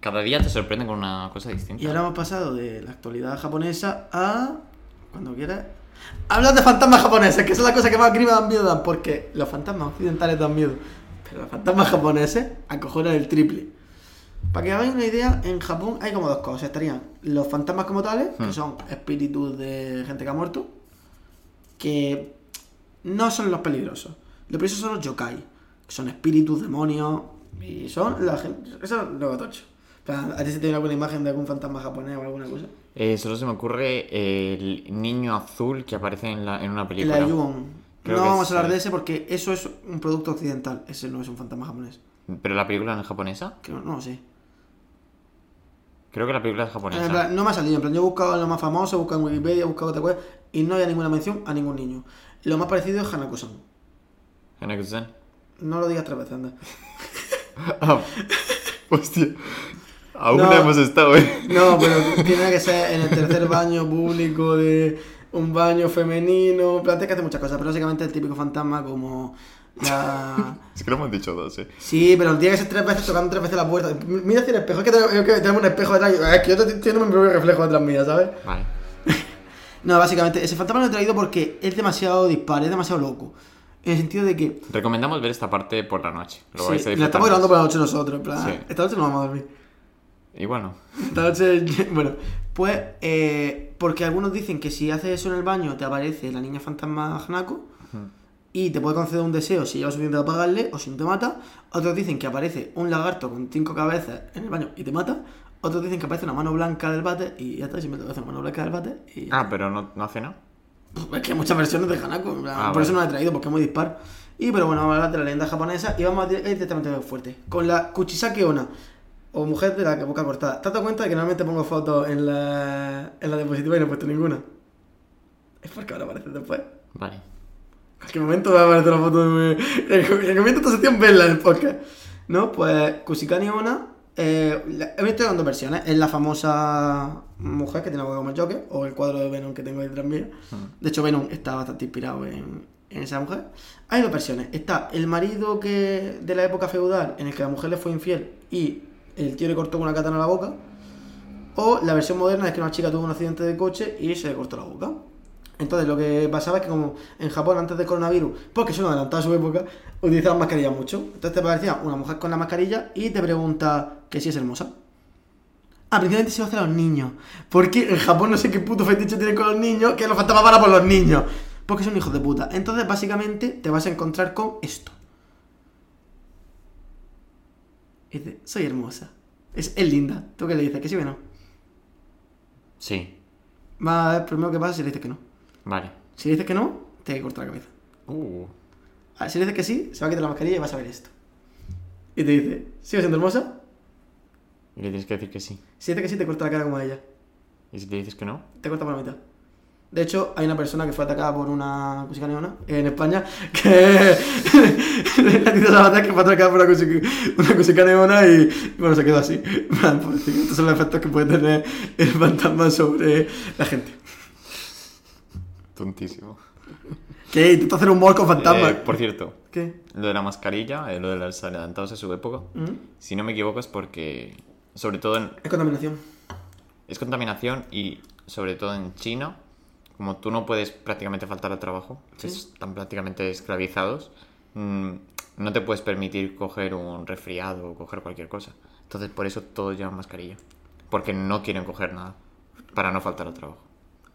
Speaker 2: Cada día te sorprende con una cosa distinta.
Speaker 1: Y ahora hemos pasado de la actualidad japonesa a. cuando quieras. Hablar de fantasmas japoneses, que esa es la cosa que más aquí me dan miedo, dan, porque los fantasmas occidentales dan miedo, pero los fantasmas japoneses acojonan el triple. Para que hagáis una idea, en Japón hay como dos cosas: estarían los fantasmas como tales,
Speaker 2: Hmm.
Speaker 1: que son espíritus de gente que ha muerto, que no son los peligrosos. Los peligrosos son los yokai, que son espíritus, demonios, y son la gente. Eso es lo tocho. En plan, ¿A ti se te viene alguna imagen de algún fantasma japonés o alguna cosa?
Speaker 2: Eh, solo se me ocurre el niño azul que aparece en, la, en una
Speaker 1: El
Speaker 2: película.
Speaker 1: Ayugon.
Speaker 2: Creo
Speaker 1: No
Speaker 2: que
Speaker 1: vamos a hablar
Speaker 2: sí.
Speaker 1: de ese porque eso es un producto occidental. Ese no es un fantasma japonés.
Speaker 2: Pero la película no es japonesa.
Speaker 1: Creo, no, sí.
Speaker 2: Creo que la película es
Speaker 1: Ah, En
Speaker 2: japonesa.
Speaker 1: plan, no me ha salido. En plan, yo he buscado lo más famoso, he buscado en Wikipedia, he buscado otra cosa y no había ninguna mención a ningún niño. Lo más parecido es Hanako-san. <laughs>
Speaker 2: Hanakusan.
Speaker 1: No lo digas tres veces, anda.
Speaker 2: Ah, hostia. Aún
Speaker 1: No.
Speaker 2: no hemos estado, eh. <laughs>
Speaker 1: No, pero tiene que ser en el tercer baño público de un baño femenino. Plantea que hace muchas cosas, pero básicamente el típico fantasma como La-
Speaker 2: Es que lo hemos dicho dos, eh.
Speaker 1: Sí, pero el día que se tres veces tocando tres veces la puerta. M- Mira hacia el espejo, es que tenemos, es que tenemos un espejo detrás. y- Es que yo te- tengo mi propio reflejo detrás mía, ¿sabes?
Speaker 2: Vale.
Speaker 1: No, básicamente, ese fantasma lo he traído porque es demasiado dispar, es demasiado loco. En el sentido de que.
Speaker 2: Recomendamos ver esta parte por la noche. Lo
Speaker 1: sí,
Speaker 2: vais
Speaker 1: la
Speaker 2: a disfrutar
Speaker 1: estamos
Speaker 2: más.
Speaker 1: grabando por la noche nosotros, en plan. "Ah,
Speaker 2: Sí.
Speaker 1: Esta noche no vamos a dormir.
Speaker 2: Y bueno,
Speaker 1: Esta noche, <laughs> bueno, pues eh, porque algunos dicen que si haces eso en el baño te aparece la niña fantasma Hanako
Speaker 2: Mm.
Speaker 1: y te puede conceder un deseo si llevas suficiente a pagarle o si no te mata. Otros dicen que aparece un lagarto con cinco cabezas en el baño y te mata. Otros dicen que aparece una mano blanca del bate y ya está, siempre te aparece una mano blanca del bate. Y...
Speaker 2: ah, pero no, no hace nada.
Speaker 1: Pff, Pues, Es que hay muchas versiones de Hanako, en plan,
Speaker 2: Ah,
Speaker 1: por
Speaker 2: vale.
Speaker 1: eso no la he traído, porque es muy dispar. Y pero bueno, vamos a hablar de la leyenda japonesa y vamos a ir directamente a lo fuerte. Con la Kuchisake Ona, o mujer de la que boca cortada. ¿Te has dado cuenta de que normalmente pongo fotos en la, en la diapositiva y no he puesto ninguna? Es porque ahora aparece después. En
Speaker 2: Vale.
Speaker 1: cualquier momento va a aparecer la foto de... En cualquier momento esta sección verla en el podcast. No, pues Kushikane Ona... Eh, la- he visto dos versiones. Es la famosa mujer que tiene la boca como el Joker, o el cuadro de Venom que tengo detrás mío.
Speaker 2: Mm.
Speaker 1: De hecho, Venom está bastante inspirado en, en esa mujer. Hay dos versiones. Está el marido que de la época feudal en el que la mujer le fue infiel y el tío le cortó con una katana la boca. O la versión moderna es que una chica tuvo un accidente de coche y se le cortó la boca. Entonces lo que pasaba es que como en Japón antes del coronavirus, porque se lo adelantaba a su época, utilizaban mascarilla mucho. Entonces te parecía una mujer con la mascarilla y te pregunta que si es hermosa. Ah, principalmente se lo hace a los niños. Porque en Japón no sé qué puto fetiche tienen con los niños, que los fantasmas van a por los niños. Porque son hijos de puta. Entonces, básicamente, te vas a encontrar con esto. Y dice, soy hermosa. Es, es linda. ¿Tú qué le dices? ¿Que sí o que no?
Speaker 2: Sí.
Speaker 1: Va a ver primero qué pasa si le dices que no.
Speaker 2: Vale.
Speaker 1: Si le dices que no, te hay que cortar la cabeza.
Speaker 2: Uh.
Speaker 1: Ah, Si le dices que sí, se va a quitar la mascarilla y vas a ver esto. Y te dice, ¿sigo siendo hermosa?
Speaker 2: Y le tienes que decir que sí.
Speaker 1: Si dices que sí, te corta la cara como a ella.
Speaker 2: Y si le dices que no,
Speaker 1: te corta por la mitad. De hecho, hay una persona que fue atacada por una cusica neona en España, que <laughs> la tita Sabater que fue atacada por una cusica, una cusica neona y bueno, se quedó así. <laughs> En plan, pobrecito, Estos son los efectos que puede tener el fantasma sobre la gente.
Speaker 2: tontísimo.
Speaker 1: Que intenta hacer humor con fantasmas.
Speaker 2: Eh, por cierto,
Speaker 1: ¿Qué?
Speaker 2: lo de la mascarilla, eh, lo de los adelantados a su época,
Speaker 1: ¿Mm?
Speaker 2: si no me equivoco es porque, sobre todo, en-
Speaker 1: Es contaminación.
Speaker 2: es contaminación y sobre todo en China, como tú no puedes prácticamente faltar al trabajo,
Speaker 1: Sí.
Speaker 2: están prácticamente esclavizados, mm, no te puedes permitir coger un resfriado o coger cualquier cosa. Entonces por eso todos llevan mascarilla, porque no quieren coger nada, para no faltar al trabajo.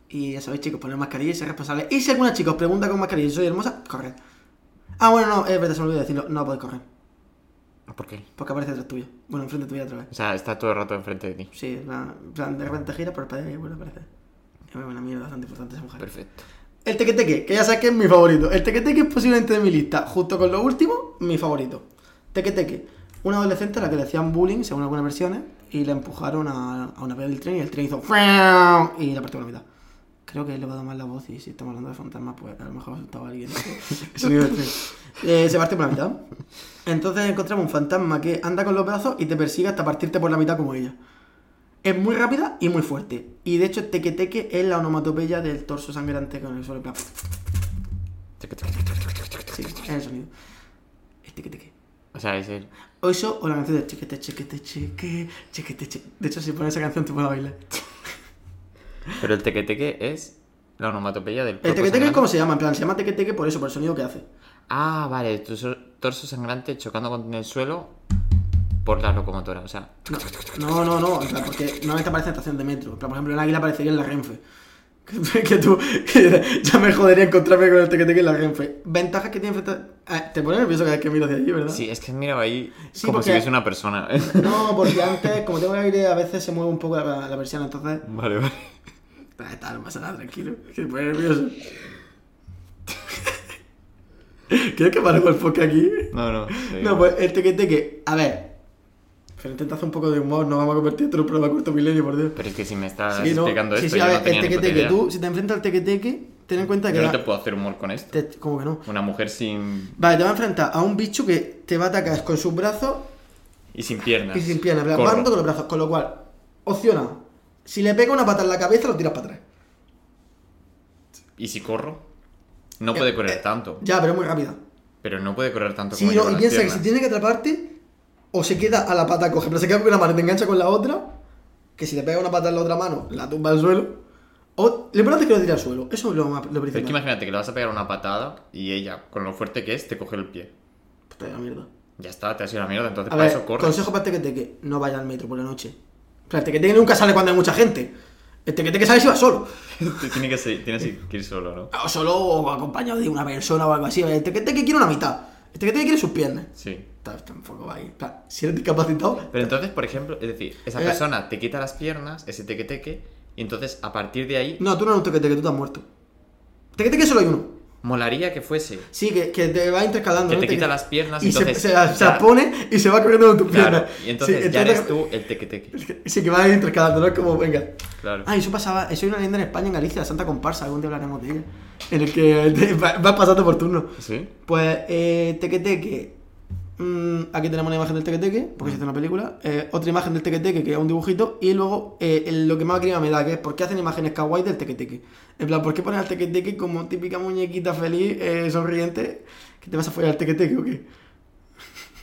Speaker 1: Y ya sabéis, chicos, poner mascarilla y ser responsable. Y si alguna chica os pregunta con mascarilla si soy hermosa, corred. Ah, bueno, no, es verdad, se me olvidó decirlo. No podéis correr,
Speaker 2: ¿Por qué?
Speaker 1: porque aparece detrás tuyo. Bueno, enfrente tuya otra vez.
Speaker 2: O sea, está todo el rato enfrente de ti.
Speaker 1: Sí, en plan- en plan, de repente gira por el padre y vuelve a aparecer. Es una mierda bastante importante esa mujer.
Speaker 2: Perfecto.
Speaker 1: El tequeteque, que ya sabes que es mi favorito. El tequeteque es posiblemente de mi lista, junto con lo último, mi favorito. Tequeteque, una adolescente a la que le hacían bullying, según algunas versiones, y la empujaron a, a una vía del tren y el tren hizo ¡fua! y la partió por la mitad. Creo que he elevado más la voz y si estamos hablando de fantasmas, pues a lo mejor asustaba a alguien. El sonido del tren. Eh, se partió por la mitad. Entonces encontramos un fantasma que anda con los brazos y te persigue hasta partirte por la mitad como ella. Es muy rápida y muy fuerte. Y de hecho, teque teque es la onomatopeya del torso sangrante con el suelo. en plan, Sí, es el sonido. Es teque teque.
Speaker 2: O sea, es el...
Speaker 1: O eso, o la canción de chequete, chequete, cheque, chequete, cheque. De hecho, si pones esa canción, te puedo bailar.
Speaker 2: Pero el tequeteque es la onomatopeya del
Speaker 1: El
Speaker 2: cuerpo
Speaker 1: teque teque,
Speaker 2: sangrante.
Speaker 1: ¿cómo se llama? En plan, se llama teque teque por eso, por el sonido que hace.
Speaker 2: Ah, vale, tu so- torso sangrante chocando con el suelo por la locomotora, o sea...
Speaker 1: No, no, no, en plan, porque normalmente aparece en estación de metro. En plan, por ejemplo, en Águila aparecería en la Renfe. <laughs> Que, que tú, que ya me jodería encontrarme con el teque teque en la Renfe. Ventajas que tiene frente a- Ah, Te pone nervioso cada vez que miro hacia allí, ¿verdad?
Speaker 2: Sí, es que mira ahí
Speaker 1: Sí,
Speaker 2: como
Speaker 1: porque-
Speaker 2: si fuese una persona. <laughs>
Speaker 1: No, porque antes, como tengo el aire, a veces se mueve un poco la, la persiana, entonces.
Speaker 2: vale, vale.
Speaker 1: Ah, tal, no pasa nada, tranquilo. Que se pone nervioso. ¿Quieres que paremos el podcast aquí?
Speaker 2: No, no. sí.
Speaker 1: No, pues el teque teque. A ver. Pero intenta hacer un poco de humor, no vamos a convertir esto en un programa corto milenio, por Dios.
Speaker 2: Pero es que si me estás
Speaker 1: Sí, no.
Speaker 2: explicando
Speaker 1: sí,
Speaker 2: esto,
Speaker 1: sí, a
Speaker 2: yo
Speaker 1: ver,
Speaker 2: no tenía
Speaker 1: el
Speaker 2: ni
Speaker 1: teque
Speaker 2: puta
Speaker 1: teque.
Speaker 2: idea.
Speaker 1: Tú, si te enfrentas al teque teque, ten en cuenta que.
Speaker 2: Yo no
Speaker 1: la-
Speaker 2: te puedo hacer humor con esto.
Speaker 1: te- ¿Cómo que no?
Speaker 2: Una mujer sin...
Speaker 1: Vale, te vas a enfrentar a un bicho que te va a atacar con sus brazos
Speaker 2: y sin piernas.
Speaker 1: y sin piernas.
Speaker 2: Corro.
Speaker 1: Blanco con los brazos. Con lo cual, opción A. Si le pega una pata en la cabeza, lo tiras para atrás.
Speaker 2: ¿Y si corro? No puede correr tanto.
Speaker 1: Ya, pero es muy rápida.
Speaker 2: Pero no puede correr tanto
Speaker 1: Eh, Sí,
Speaker 2: como
Speaker 1: no,
Speaker 2: yo
Speaker 1: y
Speaker 2: con
Speaker 1: piensa
Speaker 2: las
Speaker 1: que si
Speaker 2: piernas.
Speaker 1: tiene que atraparte, o se queda a la pata coge, pero se queda con una mano y te engancha con la otra, que si le pega una pata en la otra mano, la tumba al suelo, o lo importante es que lo tira al suelo, eso es lo, más- lo
Speaker 2: Pero es que
Speaker 1: principal.
Speaker 2: imagínate que le vas a pegar una patada y ella, con lo fuerte que es, te coge el pie.
Speaker 1: Puta de la mierda.
Speaker 2: Ya está, te has ido a la mierda,
Speaker 1: A
Speaker 2: entonces para
Speaker 1: ver,
Speaker 2: eso corres.
Speaker 1: consejo para este el tequeteque, no vaya al metro por la noche. este O sea, el tequeteque nunca sale cuando hay mucha gente. Este El tequeteque sale si va solo.
Speaker 2: Tiene que ser- tienes que ir solo, ¿no?
Speaker 1: O solo o acompañado de una persona o algo así. Este El tequeteque quiere una mitad. Este El tequeteque quiere sus piernas.
Speaker 2: Sí.
Speaker 1: Está- Tampoco va ahí. En plan, Si eres discapacitado,
Speaker 2: Pero entonces, por ejemplo, es decir, esa
Speaker 1: Eh.
Speaker 2: persona te quita las piernas, ese teque-teque, y entonces a partir de ahí
Speaker 1: No, tú no eres un tequeteque, tú te has muerto. Tequeteque solo hay uno.
Speaker 2: molaría que fuese.
Speaker 1: Sí, que, que te va intercalando.
Speaker 2: Que
Speaker 1: ¿no?
Speaker 2: te quita las piernas,
Speaker 1: y
Speaker 2: entonces,
Speaker 1: se, se, las- se
Speaker 2: ya-
Speaker 1: las pone y se va corriendo en tu pierna.
Speaker 2: Claro, y
Speaker 1: <laughs>
Speaker 2: entonces
Speaker 1: Sí,
Speaker 2: ya eres
Speaker 1: entonces-
Speaker 2: tú el teque-teque.
Speaker 1: Sí, que va intercalando, no es como, venga.
Speaker 2: Claro.
Speaker 1: Ah, eso pasaba, eso hay una leyenda en España, en Galicia, la Santa Comparsa, algún día hablaremos de ella. En el que <laughs> te- va- vas pasando por turno.
Speaker 2: ¿Sí?
Speaker 1: Pues, eh, tequeteque. Mm, aquí tenemos una imagen del tequeteque, porque se hace una película. Eh, otra imagen del tequeteque, que es un dibujito. Y luego, eh, el- lo que más grima me da, que es por qué hacen imágenes kawaii del tequeteque. En plan, ¿por qué ponen al tequeteque como típica muñequita feliz, eh, sonriente? ¿Que te vas a follar al tequeteque o qué?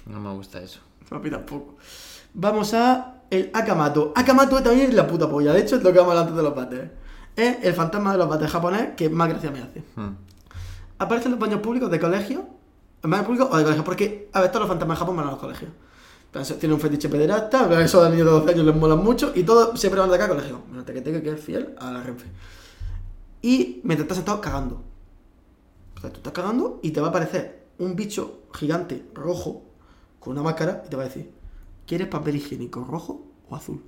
Speaker 2: No me gusta eso.
Speaker 1: Papi, tampoco. Vamos a el Akamato. Akamato también es la puta polla. De hecho, es lo que vamos a hablar antes de los bates. Es el fantasma de los bates japonés que más gracia me hace.
Speaker 2: Hmm.
Speaker 1: Aparece en los baños públicos de colegio. En baños públicos o de colegio. Porque, a ver, todos los fantasmas de Japón van a los colegios. Entonces, tiene un fetiche pederasta. pero Eso a los niños de 12 años les mola mucho. Y todos siempre van de acá a colegio. Menos Tequeteque, que es fiel a la Renfe. Y mientras estás sentado cagando. O sea, tú estás cagando y te va a aparecer un bicho gigante rojo con una máscara y te va a decir, ¿quieres papel higiénico rojo o azul?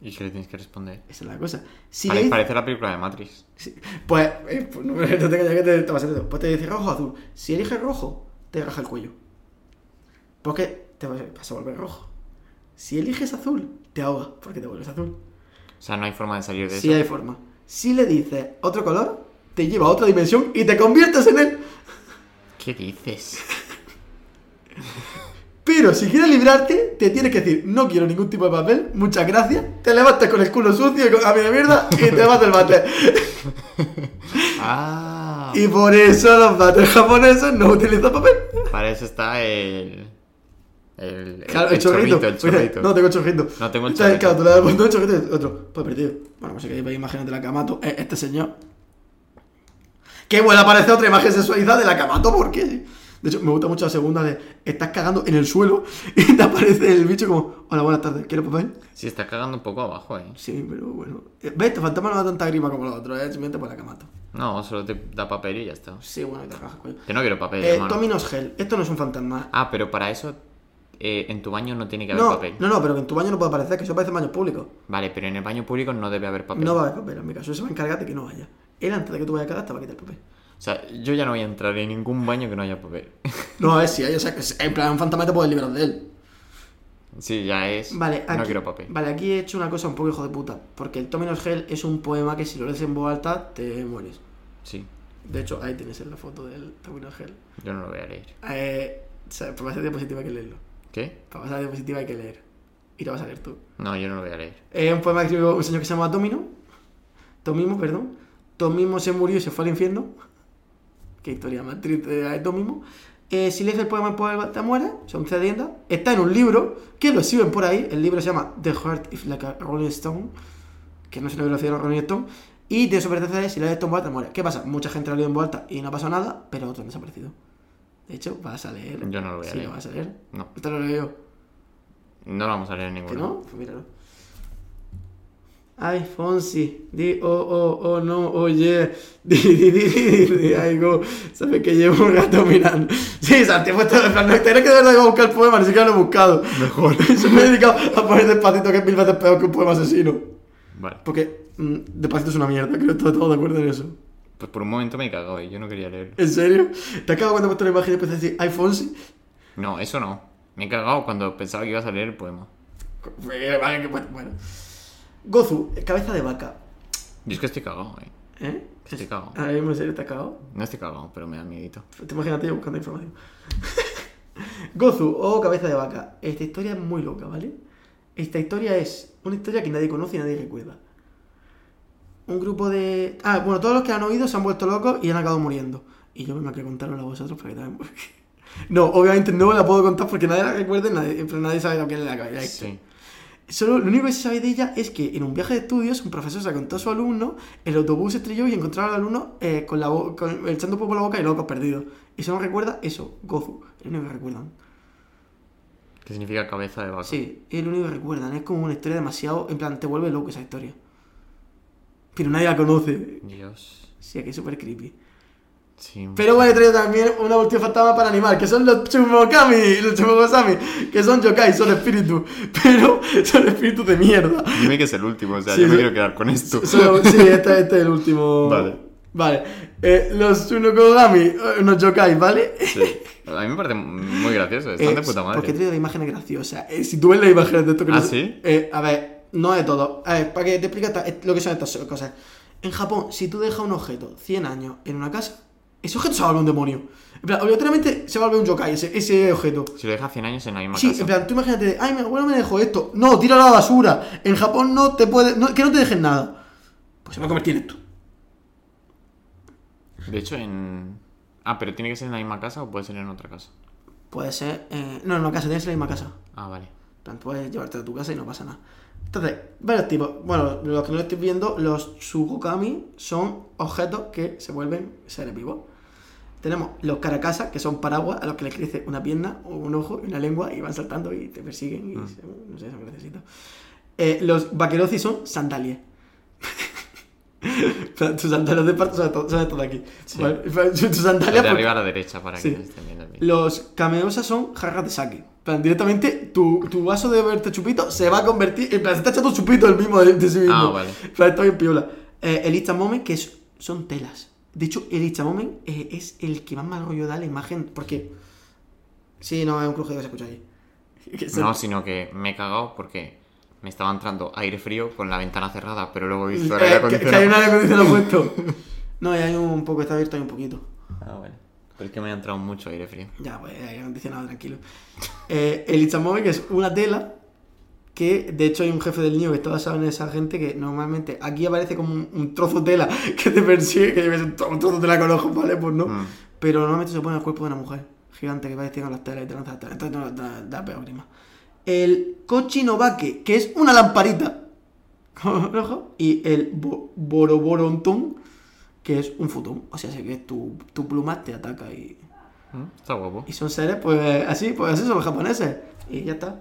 Speaker 2: ¿Y qué le tienes que responder?
Speaker 1: Esa es la cosa. Si
Speaker 2: Pare-
Speaker 1: le dices-
Speaker 2: Parece la película de Matrix.
Speaker 1: si- pues, eh, pues no, <laughs> no te tengas ya que te, te vas a hacer- Pues te dice rojo o azul. Si eliges rojo, te raja el cuello. Porque te vas- vas a volver rojo. Si eliges azul, te ahoga porque te vuelves azul.
Speaker 2: O sea, no hay forma de salir de
Speaker 1: Si
Speaker 2: eso.
Speaker 1: hay forma. Si le dices otro color, te lleva a otra dimensión y te conviertes en él. <laughs>
Speaker 2: ¿Qué dices?
Speaker 1: Pero si quieres librarte, te tienes que decir, no quiero ningún tipo de papel, muchas gracias, te levantas con el culo sucio y con la mierda mierda y te vas del bate.
Speaker 2: Ah,
Speaker 1: Y por eso los bates japoneses no utilizan papel.
Speaker 2: para eso está el. El, el-
Speaker 1: Claro, el,
Speaker 2: el
Speaker 1: chorrito.
Speaker 2: el
Speaker 1: Oye,
Speaker 2: chorrito.
Speaker 1: No, tengo el chorrito.
Speaker 2: No, tengo el
Speaker 1: Entonces,
Speaker 2: chorrito.
Speaker 1: Claro, tú le das el botón, el chorrito y otro. Pues perdido. Bueno, pues si queréis, imagínate la Camato. Eh, este señor. Qué buena aparece otra imagen sexualizada de la Camato, ¿por qué? De hecho, me gusta mucho la segunda de estás cagando en el suelo <laughs> y te aparece el bicho como, hola, buenas tardes, ¿quieres papel?
Speaker 2: Sí, está cagando un poco abajo, eh.
Speaker 1: Sí, pero bueno. Eh, ¿Ves? Este fantasma no da tanta grima como los otros, ¿eh? Simplemente por la Camato.
Speaker 2: No, solo te da papel y ya está.
Speaker 1: Sí, bueno, y te rajas el cuello.
Speaker 2: Yo no quiero papel,
Speaker 1: Eh,
Speaker 2: hermano.
Speaker 1: Tominos Gel, esto no es un fantasma.
Speaker 2: Ah, pero para eso eh, en tu baño no tiene que haber
Speaker 1: No,
Speaker 2: papel.
Speaker 1: no, no, pero que en tu baño no puede aparecer, que eso aparece en baños públicos.
Speaker 2: Vale, pero en el baño público no debe haber papel.
Speaker 1: No va a haber papel, en mi caso. Eso va a encargar de que no vaya. Él antes de que tú vayas a cagar te va a quitar el papel.
Speaker 2: O sea, yo ya no voy a entrar en ningún baño que no haya papel. <laughs>
Speaker 1: No, es si hay, o sea, que es- en plan, un fantasma te puedes librar de él.
Speaker 2: sí, ya es.
Speaker 1: Vale, aquí,
Speaker 2: no quiero papel.
Speaker 1: Vale, aquí he hecho una cosa un poco hijo de puta. Porque el Tominos Gel es un poema que si lo lees en voz alta te mueres.
Speaker 2: Sí,
Speaker 1: De hecho, ahí tienes en la foto del Tominos Gel.
Speaker 2: yo no lo voy a leer.
Speaker 1: Eh, o sea, para pasar diapositiva hay que leerlo.
Speaker 2: ¿Qué?
Speaker 1: Para pasar diapositiva hay que leer. Y lo vas a leer tú.
Speaker 2: No, yo no lo voy a leer.
Speaker 1: Es Eh, un poema que escribió un señor que se llama Tomino. Tomimo, perdón. Tomimo se murió y se fue al infierno. Qué historia más triste de la de Tomimo. Eh, si lees el poema en poema te mueres, son leyendas. Está en un libro que lo exhiben por ahí. El libro se llama The Heart is Like a Rolling Stone, que no es una velocidad de Rolling Stone. Y tiene su pertenencia si lees esto en voz alta, mueres. ¿Qué pasa? Mucha gente lo ha leído en voz alta y no ha pasado nada, pero otros han desaparecido. De hecho, vas a leer.
Speaker 2: Yo no lo voy a
Speaker 1: Sí,
Speaker 2: leer.
Speaker 1: lo vas a leer.
Speaker 2: No,
Speaker 1: Esto lo leo yo.
Speaker 2: no lo vamos a leer
Speaker 1: ¿Que
Speaker 2: ninguno.
Speaker 1: no? Pues míralo. Ay, Fonsi, di oh, oh, oh, no, oye, <laughs> di, di, di, di, di, di, algo, sabes que llevo un rato mirando. Sí, Santi, pues todo el plan, no, tenés que de verdad iba a buscar el poema, ni siquiera lo he buscado. <laughs>
Speaker 2: Mejor.
Speaker 1: Eso me he dedicado a poner despacito, que es mil veces peor que un poema asesino.
Speaker 2: Vale.
Speaker 1: Porque mm, despacito es una mierda, creo que estamos todos de acuerdo en eso.
Speaker 2: Pues por un momento me he cagado y yo no quería leer.
Speaker 1: ¿En serio? ¿Te acabo cuando he puesto la imagen y empecé a decir, ay, Fonsi?
Speaker 2: No, eso no. Me he cagado cuando pensaba que ibas a leer el poema.
Speaker 1: Vale, que bueno, bueno. Gozu, cabeza de vaca.
Speaker 2: Yo es que estoy cagado, eh.
Speaker 1: ¿Eh?
Speaker 2: Estoy cagado.
Speaker 1: Ahora mismo en serio está cagado.
Speaker 2: No estoy cagado, pero me da miedito.
Speaker 1: Te imagínate yo buscando información. <laughs> Gozu o cabeza de vaca. Esta historia es muy loca, ¿vale? Esta historia es una historia que nadie conoce y nadie recuerda. Un grupo de... Ah, bueno, todos los que han oído se han vuelto locos y han acabado muriendo. Y yo me que contarosla a vosotros para que también. <laughs> No, obviamente no la puedo contar porque nadie la recuerda, y nadie, en plan, nadie sabe lo que es la cabeza.
Speaker 2: Sí.
Speaker 1: Solo lo único que se sabe de ella es que en un viaje de estudios un profesor se contó a su alumno, el autobús se estrelló y encontraron al alumno eh, con la bo- con, echando popo por la boca y locos perdidos. Y solo recuerda eso, Gozu. Es lo único que recuerdan.
Speaker 2: ¿Qué significa cabeza de vaca?
Speaker 1: Sí, es lo único que recuerdan. Es como una historia demasiado. En plan, te vuelve loco esa historia. Pero nadie la conoce.
Speaker 2: Dios.
Speaker 1: Sí, que es súper creepy.
Speaker 2: Sí.
Speaker 1: Pero bueno, he traído también una última fantasma para animar, que son los Chumokami, los Chumokosami, que son yokai, son espíritus, <laughs> pero son espíritus de mierda.
Speaker 2: Dime que es el último, o sea,
Speaker 1: Sí,
Speaker 2: yo me
Speaker 1: sí.
Speaker 2: quiero quedar con esto.
Speaker 1: Solo- sí, este, este es el último.
Speaker 2: Vale.
Speaker 1: Vale. Eh, los Chumokogami, eh, unos yokai, ¿vale?
Speaker 2: <laughs> Sí. A mí me parece muy gracioso, están
Speaker 1: Eh,
Speaker 2: de puta madre.
Speaker 1: Porque he traído imágenes graciosas. Eh, si tú ves las imágenes de esto que
Speaker 2: ¿Ah,
Speaker 1: no-
Speaker 2: sí?
Speaker 1: Eh, a ver, no de todo. A ver, para que te explique esta- lo que son estas cosas. En Japón, si tú dejas un objeto 100 años en una casa, ese objeto se vuelve un demonio. En plan, obligatoriamente se vuelve un yokai ese, ese objeto.
Speaker 2: Si lo dejas 100 años en la misma
Speaker 1: Sí,
Speaker 2: casa.
Speaker 1: en plan, tú imagínate, ay, mi abuelo me dejó esto. No, tíralo a la basura. En Japón no te puede, no- que no te dejen nada. Pues se va a convertir en esto.
Speaker 2: De hecho, en. Ah, pero tiene que ser en la misma casa o puede ser en otra casa.
Speaker 1: Puede ser, eh, no, en una casa, tienes que ser en la misma casa.
Speaker 2: Ah, vale.
Speaker 1: En plan, puedes llevártelo a tu casa y no pasa nada. Entonces, varios tipos. Bueno, los que no lo estoy viendo, los Sugokami son objetos que se vuelven seres vivos. Tenemos los Karakasa, que son paraguas a los que les crece una pierna, o un ojo y una lengua y van saltando y te persiguen
Speaker 2: Mm.
Speaker 1: y se- no sé, son graciositos. Eh, los Bakerozi son sandalias. <laughs> En plan, Tus sandalias de parto son estos son estos de aquí.
Speaker 2: Sí.
Speaker 1: Vale, en plan, <laughs> Tus
Speaker 2: De
Speaker 1: sandalias. porque-
Speaker 2: arriba a la derecha para
Speaker 1: Sí.
Speaker 2: que estén viendo el vídeo.
Speaker 1: los cameosas son jarras de sake. En plan, directamente tu, tu vaso de verte chupito se va a convertir. En plan, se está echando chupito el mismo de, de sí mismo.
Speaker 2: Ah, vale.
Speaker 1: En plan, está bien piola. Eh, el Instamomen, que es- son telas. De hecho, el Instamomen eh, es el que más mal rollo da la imagen. Porque. Sí, no, es un crujido que se escucha allí. Que son-
Speaker 2: No,
Speaker 1: <laughs>
Speaker 2: sino que me he cagado porque me estaba entrando aire frío con la ventana cerrada, pero luego he visto el
Speaker 1: Eh,
Speaker 2: aire
Speaker 1: que, que hay un
Speaker 2: acondicionado.
Speaker 1: aire acondicionado puesto. No, y hay un poco, está abierto, hay un poquito.
Speaker 2: Ah, vale. Pero es que me ha entrado mucho aire frío.
Speaker 1: Ya, pues aire acondicionado, tranquilo. Eh, el Itzamove, que es una tela, que de hecho hay un jefe del niño que está basado en esa gente que normalmente aquí aparece como un, un trozo de tela <laughs> que te persigue, que lleves un, tro- un trozo de tela con ojos, ¿vale? Pues no.
Speaker 2: Mm.
Speaker 1: Pero normalmente se pone en el cuerpo de una mujer gigante que parece con las telas y te lanza las telas. Entonces no, da, da peor grima. El Kochinobaque, que es una lamparita <laughs> con ojo, y el bo- Boroboronton, que es un futón. O sea, sé que tu, tu pluma te ataca y...
Speaker 2: Mm, Está guapo.
Speaker 1: Y son seres, pues así, pues así son los japoneses. Y ya está.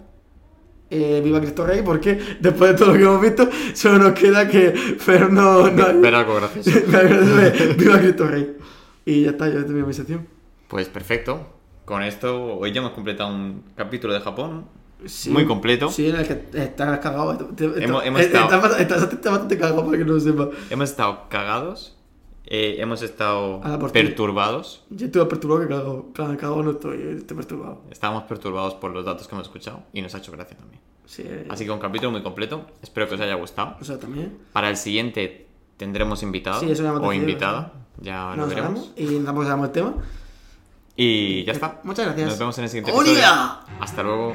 Speaker 1: Eh, viva Cristo Rey, porque después de todo lo que hemos visto, solo nos queda que Fer no. no-
Speaker 2: Ver algo gracioso.
Speaker 1: <laughs> viva Cristo Rey. Y ya está, ya terminé mi sección.
Speaker 2: Pues perfecto. Con esto, hoy ya hemos completado un capítulo de Japón.
Speaker 1: Sí.
Speaker 2: Muy completo.
Speaker 1: Sí, en el que estás cagado. Te- te-
Speaker 2: Hemos- hemos
Speaker 1: eh,
Speaker 2: estado-
Speaker 1: estás bast- estás- estás bastante cagado para que no lo sepa.
Speaker 2: Hemos estado cagados. eh, hemos estado
Speaker 1: A la por ti.
Speaker 2: perturbados.
Speaker 1: Yo estoy perturbado que cagado. En plan, cagado no estoy, eh, estoy perturbado.
Speaker 2: Estábamos perturbados por los datos que hemos escuchado y nos ha hecho gracia también.
Speaker 1: Sí. eh,
Speaker 2: Así que un capítulo muy completo. Espero que os haya gustado.
Speaker 1: O sea, también.
Speaker 2: Para el siguiente tendremos invitado
Speaker 1: Sí, eso ya hemos
Speaker 2: o
Speaker 1: decidido,
Speaker 2: invitada. Ya lo
Speaker 1: nos
Speaker 2: Ah,
Speaker 1: hablamos
Speaker 2: veremos.
Speaker 1: y tampoco sabemos el tema.
Speaker 2: Y ya está.
Speaker 1: Muchas gracias.
Speaker 2: Nos vemos en el siguiente
Speaker 1: ¡Hola!
Speaker 2: episodio. Hasta luego.